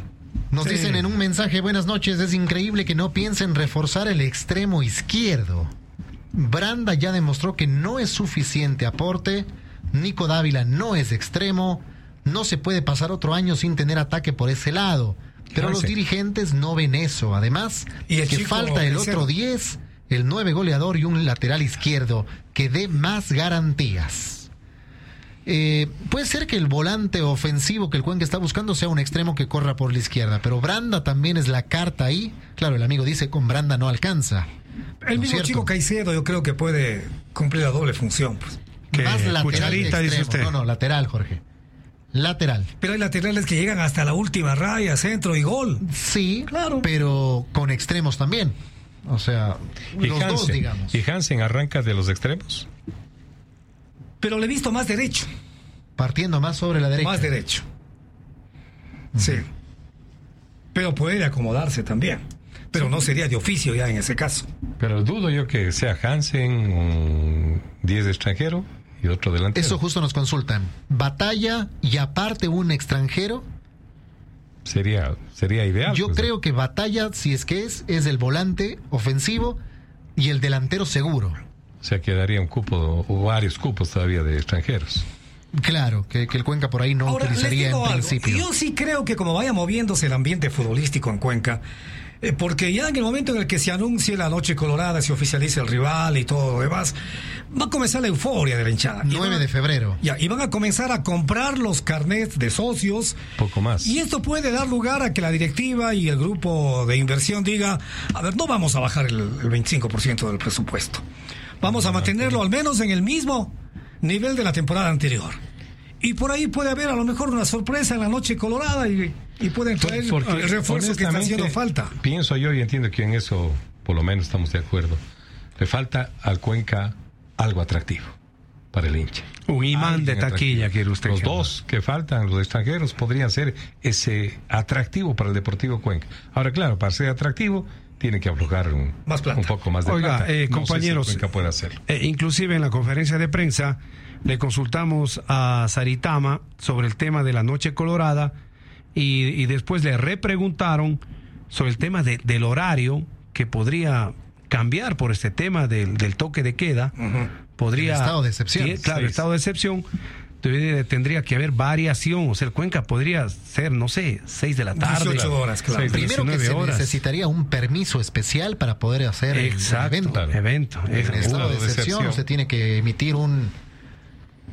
Speaker 6: Nos
Speaker 7: Sí.
Speaker 6: dicen en un mensaje, buenas noches, es increíble que no piensen reforzar el extremo izquierdo. Branda ya demostró que no es suficiente aporte, Nico Dávila no es extremo, no se puede pasar otro año sin tener ataque por ese lado. Pero los
Speaker 8: Lance.
Speaker 6: dirigentes no ven eso. Además,
Speaker 7: Ah, Y el
Speaker 6: que
Speaker 7: chico
Speaker 6: falta el
Speaker 7: Caicedo.
Speaker 6: otro 10, el 9 goleador y un lateral izquierdo que dé más garantías. Eh, puede ser que el volante ofensivo que el Cuenca está buscando sea un extremo que corra por la izquierda, pero Branda también es la carta ahí. Claro, el amigo dice con Branda no alcanza.
Speaker 7: El
Speaker 6: ¿No es
Speaker 7: mismo
Speaker 6: cierto?
Speaker 7: chico Caicedo yo creo que puede cumplir la doble función. pues.
Speaker 9: que
Speaker 6: Más lateral que
Speaker 9: cucharita,
Speaker 6: extremo.
Speaker 9: dice usted.
Speaker 6: No, no, lateral, Jorge. Lateral.
Speaker 7: Pero hay laterales que llegan hasta la última raya, centro y gol.
Speaker 6: Sí,
Speaker 7: Claro.
Speaker 6: pero con extremos también. O sea,
Speaker 8: y
Speaker 6: los
Speaker 8: Hansen,
Speaker 6: dos, digamos.
Speaker 8: ¿Y Hansen arranca de los extremos?
Speaker 7: Pero le he visto más derecho.
Speaker 6: Partiendo más sobre la derecha.
Speaker 7: Más derecho. Sí. Pero puede acomodarse también. Pero no sería de oficio ya en ese caso.
Speaker 8: Pero dudo yo que sea Hansen, un 10 extranjero y otro delantero.
Speaker 6: Eso justo nos consultan. Batalla y aparte un extranjero.
Speaker 8: Sería, sería ideal.
Speaker 6: Yo
Speaker 8: pues,
Speaker 6: creo que Batalla, si es que es, es el volante ofensivo y el delantero seguro.
Speaker 8: O sea, quedaría un cupo o varios cupos todavía de extranjeros.
Speaker 6: Claro, que, que el Cuenca por ahí no
Speaker 7: Ahora, les
Speaker 6: utilizaría en
Speaker 7: digo algo.
Speaker 6: principio.
Speaker 7: Yo sí creo que como vaya moviéndose el ambiente futbolístico en Cuenca, eh, porque ya en el momento en el que se anuncie la noche colorada, se oficialice el rival y todo lo demás, va a comenzar la euforia de la hinchada. Y
Speaker 6: 9
Speaker 7: van a-
Speaker 6: de febrero.
Speaker 7: Ya, y van a comenzar a comprar los carnets de socios.
Speaker 8: Poco más.
Speaker 7: Y esto puede dar lugar a que la directiva y el grupo de inversión diga, a ver, no vamos a bajar el, el 25% del presupuesto. Vamos a mantenerlo al menos en el mismo nivel de la temporada anterior. Y por ahí puede haber a lo mejor una sorpresa en la noche colorada y, y pueden traer el refuerzo que está
Speaker 8: honestamente,
Speaker 7: haciendo falta.
Speaker 8: Pienso yo y entiendo que en eso, por lo menos, estamos de acuerdo. Le falta al Cuenca algo atractivo para el hincha.
Speaker 9: Un imán de taquilla, quiere usted
Speaker 8: Los
Speaker 9: que haga.
Speaker 8: dos que faltan, los extranjeros, podrían ser ese atractivo para el Deportivo Cuenca. Ahora, claro, para ser atractivo, tiene que aflojar un, un poco más de
Speaker 9: Oiga,
Speaker 8: plata.
Speaker 9: eh,
Speaker 8: No sé si el
Speaker 9: compañeros,
Speaker 8: Cuenca puede hacerlo.
Speaker 9: eh, inclusive en la conferencia de prensa le consultamos a Saritama sobre el tema de la noche colorada y, y después le repreguntaron sobre el tema de- del horario que podría cambiar por este tema del, del toque de queda. Podría
Speaker 6: El estado de excepción.
Speaker 9: Sí, claro,
Speaker 6: Sí.
Speaker 9: estado de excepción. Tendría- Tendría que haber variación, o sea, el Cuenca podría ser, no sé, 6 de la tarde.
Speaker 7: 18 horas, claro.
Speaker 9: Seis de la-
Speaker 6: Primero que
Speaker 9: 19
Speaker 6: se
Speaker 9: horas.
Speaker 6: necesitaría un permiso especial para poder hacer el-
Speaker 9: Exacto,
Speaker 6: el evento.
Speaker 9: evento,
Speaker 6: En estado
Speaker 9: exacto.
Speaker 6: de
Speaker 9: Estado de
Speaker 6: excepción
Speaker 9: excepción.
Speaker 6: usted tiene que emitir un,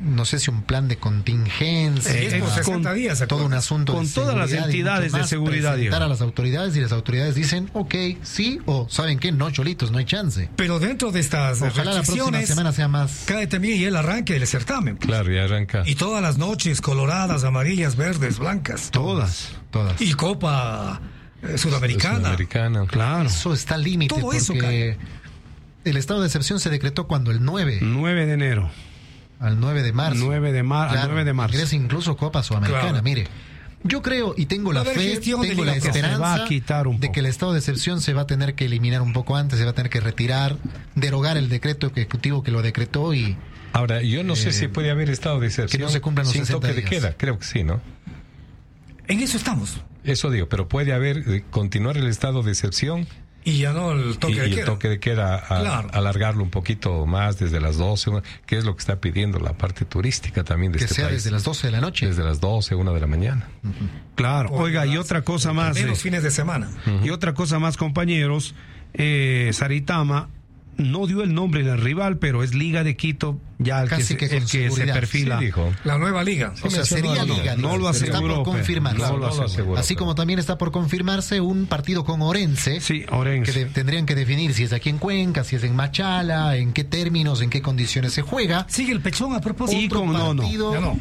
Speaker 6: no sé si un plan de contingencia,
Speaker 7: Sí, es por
Speaker 6: una-
Speaker 7: 60 días,
Speaker 6: todo un asunto
Speaker 9: con
Speaker 6: de
Speaker 9: todas las
Speaker 6: seguridad y mucho
Speaker 9: entidades de
Speaker 6: más,
Speaker 9: seguridad,
Speaker 6: Presentar
Speaker 9: digo.
Speaker 6: a las autoridades y las autoridades dicen, ok, sí o saben qué, no cholitos, no hay chance.
Speaker 7: Pero dentro de estas
Speaker 6: Ojalá la próxima
Speaker 7: restricciones,
Speaker 6: semana sea más.
Speaker 7: cae también y el arranque del certamen. pues.
Speaker 8: Claro, ya arranca.
Speaker 7: Y todas las noches coloradas, amarillas, verdes, blancas.
Speaker 9: Todas.
Speaker 6: Todas.
Speaker 7: Y Copa eh, Sudamericana.
Speaker 8: Sudamericana.
Speaker 9: Claro.
Speaker 6: Eso está al límite
Speaker 7: Todo
Speaker 6: porque
Speaker 7: eso
Speaker 6: el estado de excepción se decretó cuando el 9
Speaker 9: 9 de enero.
Speaker 6: al 9 de marzo.
Speaker 9: 9 de mar- al 9 de marzo.
Speaker 6: ingresa incluso Copa Sudamericana,
Speaker 9: Claro.
Speaker 6: mire. Yo creo y tengo
Speaker 7: Va
Speaker 6: la
Speaker 7: a haber
Speaker 6: fe,
Speaker 7: gestión de
Speaker 6: tengo la
Speaker 7: Liga Pro.
Speaker 9: Se va
Speaker 6: esperanza
Speaker 9: a quitar un
Speaker 6: de
Speaker 9: poco.
Speaker 6: que el estado de excepción se va a tener que eliminar un poco antes, se va a tener que retirar, derogar el decreto ejecutivo que lo decretó y
Speaker 8: Ahora, yo no
Speaker 6: Eh,
Speaker 8: sé si puede haber estado de excepción
Speaker 6: que no se cumplan los
Speaker 8: sin
Speaker 6: 60
Speaker 8: toque de
Speaker 6: días.
Speaker 8: queda. Creo que sí, ¿no?
Speaker 7: En eso estamos.
Speaker 8: Eso digo, pero puede haber, eh, continuar el estado de excepción
Speaker 7: Y ya no el toque
Speaker 8: y,
Speaker 7: de
Speaker 8: y
Speaker 7: queda.
Speaker 8: el toque de queda a-
Speaker 7: Claro.
Speaker 8: alargarlo un poquito más desde las 12, una- que es lo que está pidiendo la parte turística también de
Speaker 6: que
Speaker 8: este
Speaker 6: sea
Speaker 8: país.
Speaker 6: desde las 12 de la noche.
Speaker 8: Desde las 12, una de la mañana.
Speaker 9: Claro.
Speaker 7: Por
Speaker 9: Oiga, y
Speaker 7: las-
Speaker 9: otra cosa más.
Speaker 7: Menos
Speaker 9: eh,
Speaker 7: fines de semana.
Speaker 9: Y otra cosa más, compañeros, eh, Saritama no dio el nombre del rival, pero es Liga de Quito, ya el
Speaker 6: Casi que
Speaker 9: que, se, el
Speaker 6: con
Speaker 9: que se
Speaker 6: seguridad.
Speaker 9: perfila.
Speaker 8: Sí, dijo.
Speaker 7: La nueva liga.
Speaker 6: o sea,
Speaker 8: mencionó
Speaker 6: sería
Speaker 8: algo.
Speaker 6: liga.
Speaker 9: No lo
Speaker 6: dice, Está
Speaker 9: aseguró,
Speaker 6: por
Speaker 9: pero-
Speaker 6: confirmarse.
Speaker 8: no lo aseguró,
Speaker 6: Así
Speaker 8: pero-
Speaker 6: como también está por confirmarse un partido con Orense.
Speaker 9: Sí,
Speaker 6: que
Speaker 9: Orense.
Speaker 6: de- tendrían que definir si es aquí en Cuenca, si es en Machala, en qué términos, en qué condiciones se juega.
Speaker 7: Sigue el pechón a propósito.
Speaker 9: Y
Speaker 6: Otro
Speaker 9: con Nono.
Speaker 6: partido-
Speaker 7: Ya no.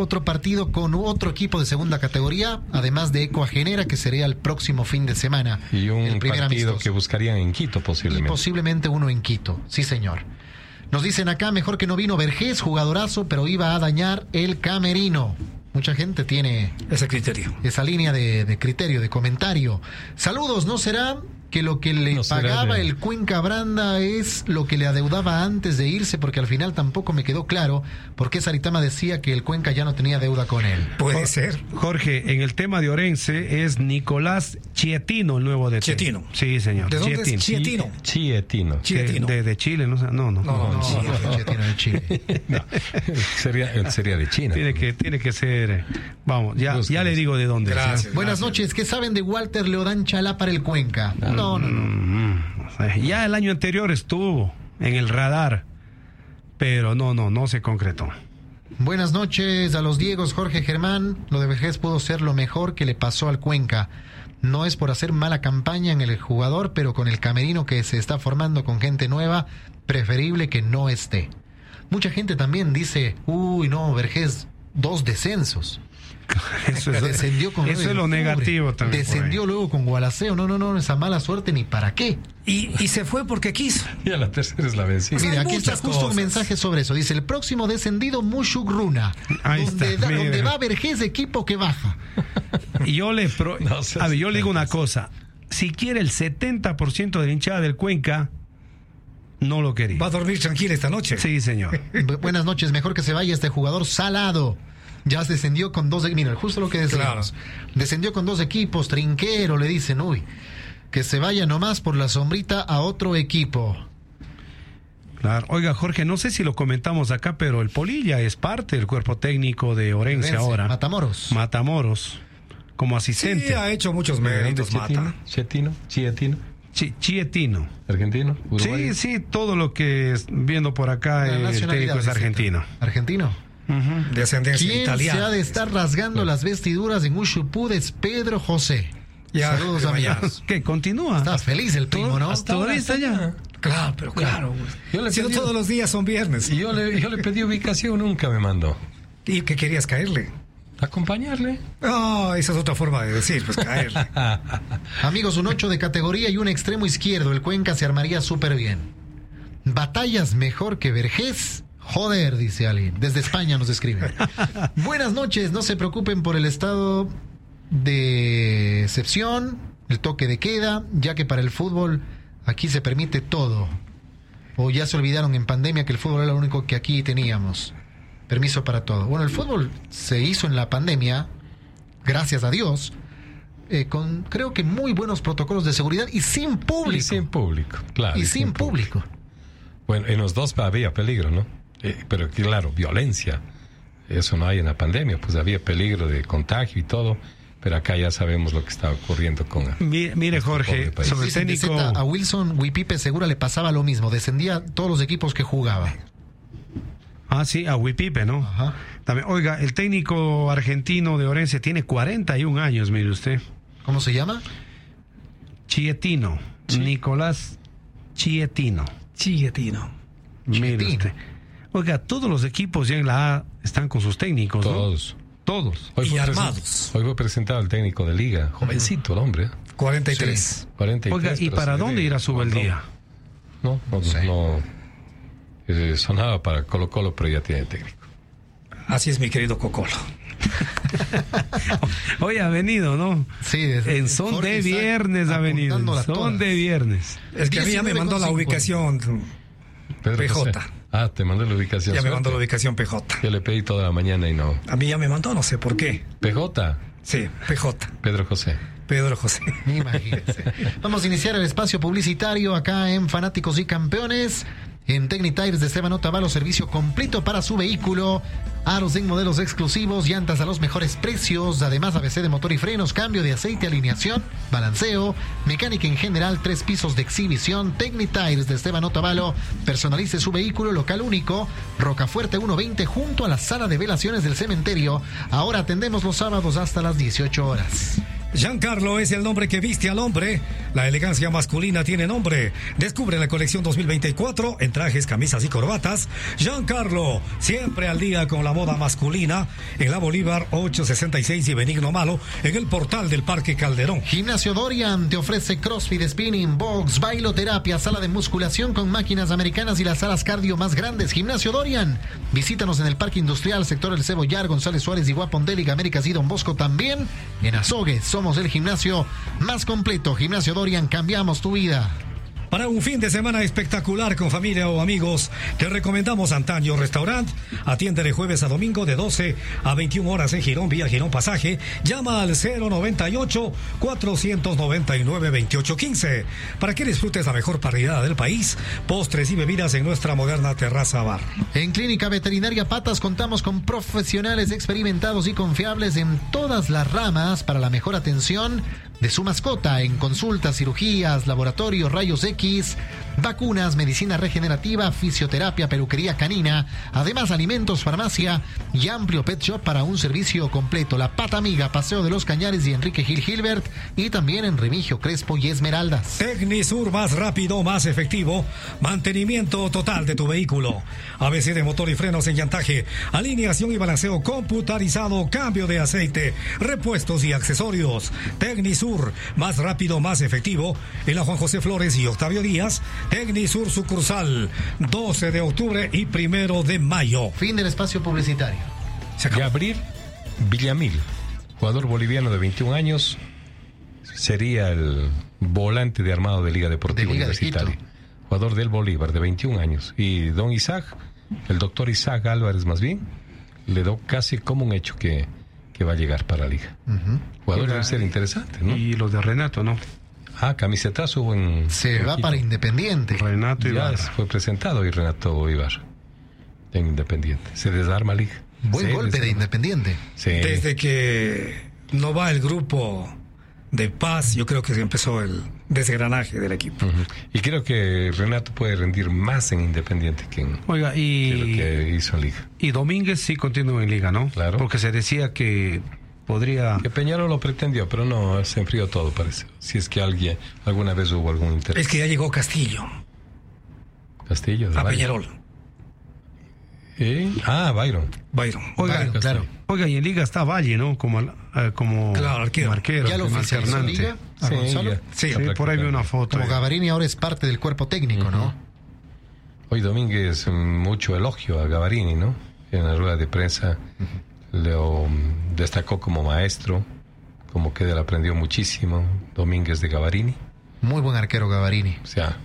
Speaker 6: Otro partido con otro equipo de segunda categoría, además de Ecoagenera, que sería el próximo fin de semana.
Speaker 8: Y un
Speaker 6: el
Speaker 8: partido
Speaker 6: primer amistoso.
Speaker 8: que buscarían en Quito
Speaker 6: Y
Speaker 8: posiblemente.
Speaker 6: posiblemente uno en Quito, sí señor. Nos dicen acá, mejor que no vino Vergés, jugadorazo, pero iba a dañar el camerino. Mucha gente tiene
Speaker 7: Ese criterio.
Speaker 6: esa línea de, de criterio, de comentario. Saludos, ¿no será que lo que le
Speaker 8: No será
Speaker 6: pagaba
Speaker 8: de-
Speaker 6: el Cuenca Branda es lo que le adeudaba antes de irse? Porque al final tampoco me quedó claro por qué Saritama decía que el Cuenca ya no tenía deuda con él.
Speaker 7: Puede ser.
Speaker 9: Jorge, en el tema de Orense es Nicolás Chietino, el nuevo de
Speaker 7: Chietino.
Speaker 9: Sí, señor.
Speaker 7: ¿De dónde es
Speaker 9: Chietino.
Speaker 7: Chietino?
Speaker 8: Chietino.
Speaker 9: Que-
Speaker 7: Chietino.
Speaker 9: De, de Chile, no, sé, no, no.
Speaker 7: No, no,
Speaker 6: Sí,
Speaker 7: no.
Speaker 6: el Chetino de Chile.
Speaker 8: No, sería, eh, sería de China.
Speaker 9: Tiene que, tiene que ser. eh, Vamos, ya,
Speaker 8: Búsquenlo.
Speaker 9: ya le digo de dónde. es, ¿eh?
Speaker 7: Gracias.
Speaker 6: Buenas noches, ¿qué saben de Walter Leodán Chalá para el Cuenca? No, no, no.
Speaker 9: Mm, o sea, Ya el año anterior estuvo en el radar, pero no, no, no se concretó.
Speaker 6: Buenas noches a los Diegos, Jorge Germán. Lo de Vergés pudo ser lo mejor que le pasó al Cuenca. No es por hacer mala campaña en el jugador, pero con el camerino que se está formando con gente nueva, preferible que no esté. Mucha gente también dice, uy, no, Vergés, dos descensos.
Speaker 9: Eso es,
Speaker 6: descendió con
Speaker 9: eso es lo
Speaker 6: octubre.
Speaker 9: negativo también. por ahí.
Speaker 6: Descendió luego con Gualaceo. No, no, no, esa mala suerte ni para qué.
Speaker 7: Y, y se fue porque quiso.
Speaker 8: Y a la tercera es la vencida.
Speaker 6: Pues Mira, aquí está
Speaker 8: muchas
Speaker 6: justo un
Speaker 8: cosas.
Speaker 6: mensaje sobre eso. Dice, el próximo descendido Mushugruna.
Speaker 9: Ahí
Speaker 6: donde,
Speaker 9: está,
Speaker 6: da-
Speaker 9: mira.
Speaker 6: donde va Vergés, equipo que baja.
Speaker 9: Y yo le, pro- a ver, yo le digo una cosa. Si quiere el 70% de la hinchada del Cuenca, no lo quería.
Speaker 7: Va a dormir tranquila esta noche.
Speaker 9: Sí, señor.
Speaker 6: Bu- Buenas noches, mejor que se vaya este jugador salado. Ya descendió con dos, e- mira, justo lo que decíamos. Descendió con dos equipos, trinquero, le dicen, uy, que se vaya nomás por la sombrita a otro equipo.
Speaker 9: Claro. Oiga, Jorge, no sé si lo comentamos acá, pero el Polilla es parte del cuerpo técnico de Orense
Speaker 6: Orense,
Speaker 9: ahora.
Speaker 6: Matamoros.
Speaker 9: Matamoros, como asistente.
Speaker 7: Sí, ha hecho muchos méritos, Mata.
Speaker 9: Chietino, Chietino. Chietino.
Speaker 8: eh, Argentino,
Speaker 9: Sí, sí, todo lo que es- viendo por acá
Speaker 6: La
Speaker 9: eh, el
Speaker 6: nacionalidad
Speaker 9: técnico es
Speaker 6: distinta.
Speaker 9: argentino.
Speaker 6: Argentino.
Speaker 7: De ascendencia
Speaker 6: ¿Quién se ha
Speaker 7: italiana.
Speaker 6: de estar rasgando las vestiduras en un chupú de Pedro José?
Speaker 7: Ya,
Speaker 6: Saludos,
Speaker 7: que vaya.
Speaker 6: amigos.
Speaker 9: ¿Qué? Continúa.
Speaker 6: Estás feliz el primo, ¿no?
Speaker 9: Todavía está allá.
Speaker 7: Claro, pero claro. güey.
Speaker 8: Yo le
Speaker 7: Si no
Speaker 8: pedí-
Speaker 7: todos los días son viernes.
Speaker 8: Y yo le, yo le pedí ubicación, nunca me mandó.
Speaker 7: ¿Y qué querías caerle?
Speaker 8: Acompañarle.
Speaker 7: No, esa es otra forma de decir, pues caerle.
Speaker 6: Amigos, un 8 de categoría y un extremo izquierdo. El Cuenca se armaría súper bien. Batallas mejor que Vergés. Joder, dice alguien. Desde España nos escribe. Buenas noches, no se preocupen por el estado de excepción, el toque de queda, ya que para el fútbol aquí se permite todo. O ya se olvidaron en pandemia que el fútbol era lo único que aquí teníamos. Permiso para todo. Bueno, el fútbol se hizo en la pandemia, gracias a Dios, eh, con creo que muy buenos protocolos de seguridad y sin público.
Speaker 8: Y sin público, claro.
Speaker 6: Y sin público.
Speaker 8: Bueno, en los dos había peligro, ¿no? Eh, pero claro, violencia. Eso no hay en la pandemia, pues había peligro de contagio y todo. Pero acá ya sabemos lo que está ocurriendo con.
Speaker 9: Mire, mire, Jorge,
Speaker 8: Este Pobre país.
Speaker 9: sobre
Speaker 6: Dicen
Speaker 9: el
Speaker 6: de
Speaker 9: técnico.
Speaker 6: Z, a Wilson Wipipe Segura le pasaba lo mismo, descendía todos los equipos que jugaba.
Speaker 9: Ah, sí, a Huipipe, ¿no?
Speaker 6: Ajá.
Speaker 9: También, oiga, el técnico argentino de Orense tiene 41 años, mire usted.
Speaker 6: ¿Cómo se llama?
Speaker 9: Chietino, Nicolás Chietino.
Speaker 7: Chilletino.
Speaker 9: Mire
Speaker 6: Chietino.
Speaker 9: usted. Oiga, todos los equipos ya en la A están con sus técnicos, ¿no?
Speaker 8: Todos.
Speaker 9: Todos.
Speaker 8: Hoy
Speaker 7: Y
Speaker 8: fue presen-
Speaker 7: armados.
Speaker 8: Hoy fue presentado el técnico de liga, jovencito el hombre. ¿eh?
Speaker 7: 43.
Speaker 8: 43,
Speaker 9: Oiga, ¿y
Speaker 8: pero
Speaker 9: para
Speaker 8: se
Speaker 9: dónde
Speaker 8: ve
Speaker 9: irá su
Speaker 8: con
Speaker 9: beldía?
Speaker 8: No, no, no. Eh, sonaba para Colo Colo, pero ya tiene técnico.
Speaker 7: Así es, mi querido Cocolo.
Speaker 9: Hoy ha venido, ¿no?
Speaker 6: Sí, desde-
Speaker 9: En son
Speaker 6: Jorge
Speaker 9: de
Speaker 6: está
Speaker 9: viernes ha venido.
Speaker 6: apuntándola
Speaker 9: en Son
Speaker 6: todas.
Speaker 9: de viernes.
Speaker 7: Es que a mí ya me
Speaker 6: 19,5.
Speaker 7: mandó la ubicación. PJ.
Speaker 8: José. Ah, te mandé la ubicación.
Speaker 7: Ya me
Speaker 8: suerte.
Speaker 7: mandó la ubicación PJ.
Speaker 8: Yo le pedí toda la mañana y no.
Speaker 7: A mí ya me mandó, no sé por qué.
Speaker 8: PJ,
Speaker 7: Sí, PJ.
Speaker 8: Pedro José.
Speaker 7: Pedro José.
Speaker 6: Imagínense. Vamos a iniciar el espacio publicitario acá en Fanáticos y Campeones. En Tecnitires de Esteban Otavalo, servicio completo para su vehículo. Aros en modelos exclusivos, llantas a los mejores precios. Además, ABC de motor y frenos, cambio de aceite, alineación, balanceo, mecánica en general, tres pisos de exhibición. Tecnitires de Esteban Otavalo, personalice su vehículo local único. Rocafuerte 120 junto a la sala de velaciones del cementerio. Ahora atendemos los sábados hasta las 18 horas.
Speaker 7: Giancarlo es el nombre que viste al hombre. La elegancia masculina tiene nombre. Descubre la colección 2024 en trajes, camisas y corbatas. Giancarlo, siempre al día con la moda masculina. En la Bolívar 866 y Benigno Malo, en el portal del Parque Calderón.
Speaker 6: Gimnasio Dorian te ofrece crossfit, spinning, box, bailoterapia, sala de musculación con máquinas americanas y las salas cardio más grandes. Gimnasio Dorian, visítanos en el Parque Industrial, sector El Cebollar, González Suárez y Guapondélica, Américas y Don Bosco también. En Azogues somos el gimnasio más completo. Gimnasio Dorian, cambiamos tu vida.
Speaker 7: Para un fin de semana espectacular con familia o amigos, te recomendamos Antaño Restaurant. Atiende de jueves a domingo de 12 a 21 horas en Girón, vía Girón Pasaje. Llama al 098-499-2815 para que disfrutes la mejor parrillada del país, postres y bebidas en nuestra moderna terraza bar.
Speaker 6: En Clínica Veterinaria Patas contamos con profesionales experimentados y confiables en todas las ramas para la mejor atención de su mascota en consultas, cirugías, laboratorio, rayos X, vacunas, medicina regenerativa, fisioterapia, peluquería canina, además alimentos, farmacia y amplio pet shop para un servicio completo. La Pata Amiga, Paseo de los Cañares y Enrique Gil Gilbert y también en Remigio Crespo y Esmeraldas.
Speaker 10: Tecnisur más rápido, más efectivo. Mantenimiento total de tu vehículo. ABC de motor y frenos en llantaje, alineación y balanceo computarizado, cambio de aceite, repuestos y accesorios. Tecnisur, más rápido, más efectivo. En la Juan José Flores y Octavio Díaz, Tecnisur sucursal, 12 de octubre y primero de mayo.
Speaker 6: Fin del espacio publicitario.
Speaker 8: Se acabó. Gabriel Villamil, jugador boliviano de 21 años, sería el volante de armado de Liga Deportiva
Speaker 6: De Liga de
Speaker 8: Universitaria.
Speaker 6: Quito.
Speaker 8: jugador del Bolívar de 21 años. Y don Isaac, el doctor Isaac Álvarez más bien, le dio casi como un hecho que, que va a llegar para la Liga. Jugador debe ser interesante, ¿no?
Speaker 9: Y los de Renato, ¿no?
Speaker 8: Ah, camisetazo buen.
Speaker 6: Se va para Independiente.
Speaker 9: Renato
Speaker 8: Ya
Speaker 9: Ibarra.
Speaker 8: fue presentado y Renato Bolívar en Independiente. Se desarma Liga.
Speaker 6: Buen
Speaker 8: Se
Speaker 6: golpe de
Speaker 8: desarma.
Speaker 6: Independiente.
Speaker 8: Sí.
Speaker 7: Desde que no va el grupo de paz, yo creo que se empezó el desgranaje del equipo.
Speaker 8: Ujú. Y creo que Renato puede rendir más en Independiente que en
Speaker 9: Oiga,
Speaker 8: que lo
Speaker 9: y,
Speaker 8: que hizo en Liga.
Speaker 9: y Domínguez sí continúa en liga, ¿no? Claro. Porque se decía que podría...
Speaker 8: Que Peñarol lo pretendió, pero no, se enfrió todo, parece. Si es que alguien, alguna vez hubo algún interés.
Speaker 7: Es que ya llegó Castillo
Speaker 8: Castillo. de
Speaker 7: a
Speaker 8: Byron.
Speaker 7: Ah, Peñarol.
Speaker 8: ¿Eh? Ah, Byron.
Speaker 7: Byron.
Speaker 9: Oiga,
Speaker 8: Byron, claro.
Speaker 9: Oiga, y en liga está Valle, ¿no? Como, al- eh, como,
Speaker 7: Claro, arquero.
Speaker 9: como arquero,
Speaker 6: Ya lo
Speaker 9: como
Speaker 6: oficializó
Speaker 9: alternante.
Speaker 6: Liga, a
Speaker 8: Ah,
Speaker 9: Sí,
Speaker 6: Gonzalo.
Speaker 9: ya.
Speaker 6: Sí,
Speaker 9: Sí,
Speaker 6: ya
Speaker 9: por ahí vi una foto.
Speaker 6: Como
Speaker 9: oiga.
Speaker 6: Gabarini ahora es parte del cuerpo técnico, ¿no?
Speaker 8: Hoy Domínguez, mm, mucho elogio a Gavarini, ¿no? En la rueda de prensa lo mm, destacó como maestro, como que él aprendió muchísimo, Domínguez de Gavarini.
Speaker 6: Muy buen arquero Gabarini.
Speaker 8: O sea,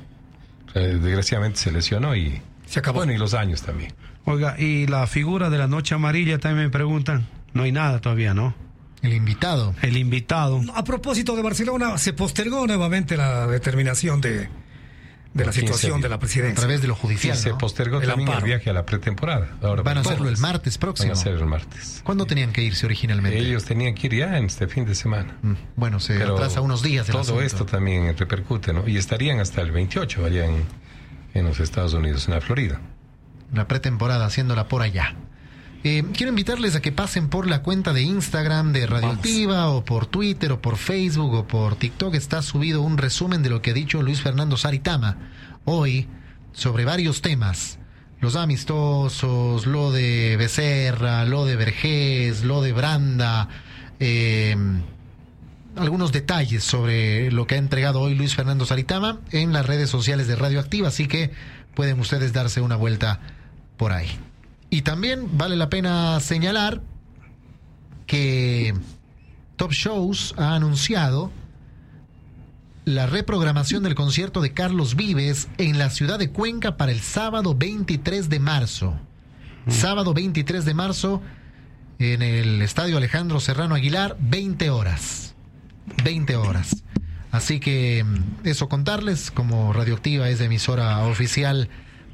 Speaker 8: eh, desgraciadamente se lesionó y... Se acabó. Bueno, y los años también.
Speaker 9: Oiga, y la figura de la noche amarilla también me preguntan. No hay nada todavía, ¿no?
Speaker 6: El invitado.
Speaker 9: El invitado.
Speaker 7: A propósito de Barcelona, se postergó nuevamente la determinación de, de la
Speaker 8: Por 15
Speaker 7: situación
Speaker 8: días.
Speaker 7: de la presidencia.
Speaker 6: A través de lo
Speaker 8: Y
Speaker 6: judicial.
Speaker 8: se
Speaker 6: ¿no?
Speaker 8: postergó
Speaker 7: El
Speaker 8: también
Speaker 7: amparo.
Speaker 8: el viaje a la pretemporada. Ahora
Speaker 6: Van a
Speaker 8: van
Speaker 6: hacerlo el
Speaker 8: todos.
Speaker 6: martes
Speaker 8: Van a
Speaker 6: próximo.
Speaker 8: hacer el martes.
Speaker 6: ¿Cuándo tenían que irse originalmente? Mm,
Speaker 8: Ellos tenían que ir ya en este fin de semana.
Speaker 6: Bueno, se atrasa unos días. el
Speaker 8: Todo
Speaker 6: asunto.
Speaker 8: esto también repercute, ¿no? Y estarían hasta el 28 allá en, en los Estados Unidos, en la Florida.
Speaker 6: la pretemporada haciéndola por allá. Eh, quiero invitarles a que pasen por la cuenta de Instagram de Radioactiva o por Twitter o por Facebook o por TikTok. Está subido un resumen de lo que ha dicho Luis Fernando Saritama hoy sobre varios temas. Los amistosos, lo de Becerra, lo de Vergés, lo de Branda. eh, algunos detalles sobre lo que ha entregado hoy Luis Fernando Saritama en las redes sociales de Radioactiva, así que pueden ustedes darse una vuelta por ahí. Y también vale la pena señalar que Top Shows ha anunciado la reprogramación del concierto de Carlos Vives en la ciudad de Cuenca para el sábado 23 de marzo. Sábado 23 de marzo en el Estadio Alejandro Serrano Aguilar, 20 horas. 20 horas. Así que mm, eso contarles, como Radioactiva es emisora oficial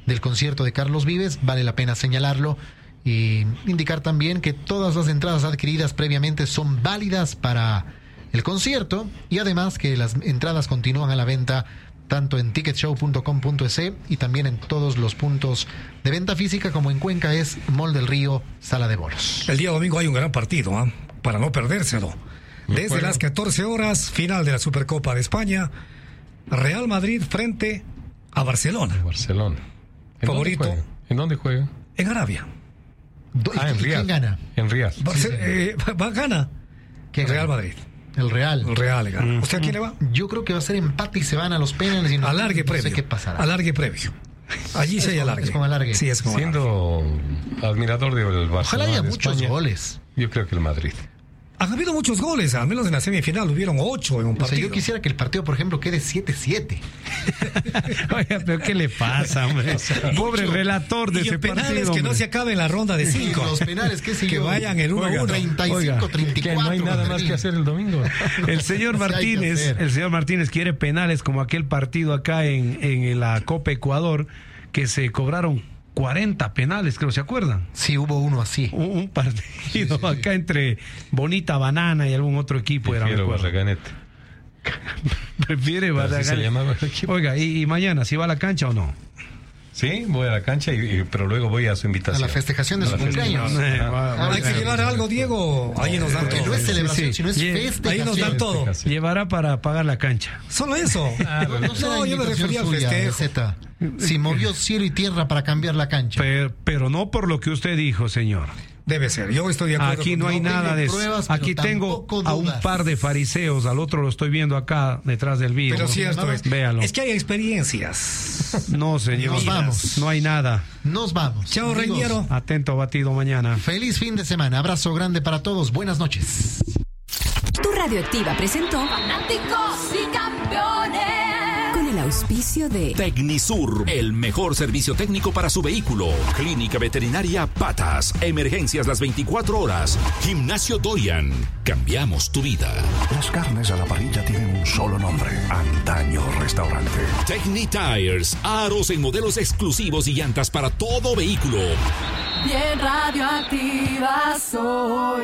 Speaker 6: del concierto de Carlos Vives, vale la pena señalarlo y indicar también que todas las entradas adquiridas previamente son válidas para el concierto y además que las entradas continúan a la venta tanto en ticketshow.com.es e y también en todos los puntos de venta física como en Cuenca es Mall del Río, Sala de Bolos.
Speaker 7: El día domingo hay un gran partido, ¿ah? para no perdérselo. Desde
Speaker 6: acuerdo.
Speaker 7: las 14 horas, final de la Supercopa de España, Real Madrid frente a Barcelona,
Speaker 8: Barcelona. ¿En
Speaker 7: Favorito.
Speaker 8: dónde juegan? ¿En dónde juegan?
Speaker 7: en Arabia.
Speaker 6: Do-
Speaker 8: Ah,
Speaker 6: ¿y
Speaker 8: en
Speaker 6: quién
Speaker 8: Riyadh.
Speaker 6: gana?
Speaker 8: En Riyadh.
Speaker 7: Barce- eh, va- gana
Speaker 6: ¿Quién gana?
Speaker 7: Real
Speaker 6: Mm.
Speaker 7: Madrid.
Speaker 6: El Real.
Speaker 7: El Real le gana. ¿Usted a quién le va?
Speaker 6: Yo creo que va a ser empate y se van a los penales y no,
Speaker 7: Alargue
Speaker 6: no
Speaker 7: previo.
Speaker 6: sé qué pasará.
Speaker 7: Alargue previo. Allí
Speaker 6: Es
Speaker 7: sí hay
Speaker 6: con-
Speaker 7: alargue.
Speaker 6: es con alargue.
Speaker 7: Sí, es con alargue.
Speaker 8: Siendo admirador del Barcelona.
Speaker 6: Ojalá haya
Speaker 8: de
Speaker 6: muchos
Speaker 8: España,
Speaker 6: goles.
Speaker 8: Yo creo que el Madrid.
Speaker 7: Han habido muchos goles, al menos en la semifinal hubieron ocho en un
Speaker 6: O sea,
Speaker 7: partido.
Speaker 6: yo quisiera que el partido, por ejemplo, quede 7-7.
Speaker 9: Oiga, pero ¿qué le pasa, hombre? Pobre relator de
Speaker 7: y
Speaker 9: ese
Speaker 7: en penales
Speaker 9: partido,
Speaker 7: que no
Speaker 9: hombre.
Speaker 7: se acabe en la ronda de cinco.
Speaker 6: Los penales, qué sé
Speaker 7: Que
Speaker 6: yo.
Speaker 7: vayan en uno a
Speaker 6: Oiga,
Speaker 7: uno.
Speaker 6: 35,
Speaker 9: Oiga, que
Speaker 6: 34.
Speaker 8: Que no hay nada más
Speaker 6: Madrid.
Speaker 8: que hacer el domingo.
Speaker 9: El señor
Speaker 6: Sí hay que
Speaker 9: Martínez,
Speaker 6: hacer.
Speaker 9: el señor Martínez quiere penales como aquel partido acá en, en la Copa Ecuador que se cobraron 40 penales, creo, ¿se acuerdan?
Speaker 6: Sí, hubo uno así.
Speaker 9: Un, un partido acá entre Bonita Banana y algún otro equipo era, me
Speaker 8: Quiero
Speaker 9: acuerdo.
Speaker 8: Barraganete.
Speaker 9: Prefiere Barragán. Si Oiga, y, y, mañana, ¿si va a la cancha o no?
Speaker 8: Sí, voy a la cancha, y, y, pero luego voy a su invitación.
Speaker 6: A la festejación de su cumpleaños.
Speaker 9: Eh,
Speaker 7: No, no, no, hay que llevar algo, Diego. Ahí nos dan todo.
Speaker 6: No es celebración, sí, sí. sino es festejación.
Speaker 7: Ahí nos dan todo.
Speaker 9: Llevará para pagar la cancha.
Speaker 7: Solo eso.
Speaker 6: Ah, no, yo me refería al festejo. Si movió cielo y tierra para cambiar la cancha.
Speaker 9: Pero, pero no por lo que usted dijo, señor.
Speaker 7: Debe ser, yo estoy de acuerdo.
Speaker 9: Aquí no hay nada de eso. Pruebas, Aquí tengo a un par de fariseos, al otro lo estoy viendo acá detrás del vídeo.
Speaker 7: Pero cierto es.
Speaker 9: Véalo.
Speaker 7: Es que hay experiencias.
Speaker 9: No, señor.
Speaker 6: Nos vamos.
Speaker 9: No hay nada.
Speaker 6: Nos vamos.
Speaker 7: Chao, Reñero.
Speaker 9: Atento, batido mañana.
Speaker 6: Feliz fin de semana. Abrazo grande para todos. Buenas noches.
Speaker 2: Tu radioactiva presentó
Speaker 3: Fanáticos y Campeones
Speaker 2: el auspicio de
Speaker 4: Tecnisur, el mejor servicio técnico para su vehículo. Clínica Veterinaria Patas, emergencias las 24 horas. Gimnasio Dorian, cambiamos tu vida.
Speaker 5: Las carnes a la parrilla tienen un solo nombre: Antaño Restaurante.
Speaker 4: Techni Tires, aros en modelos exclusivos y llantas para todo vehículo.
Speaker 3: Bien radioactiva soy.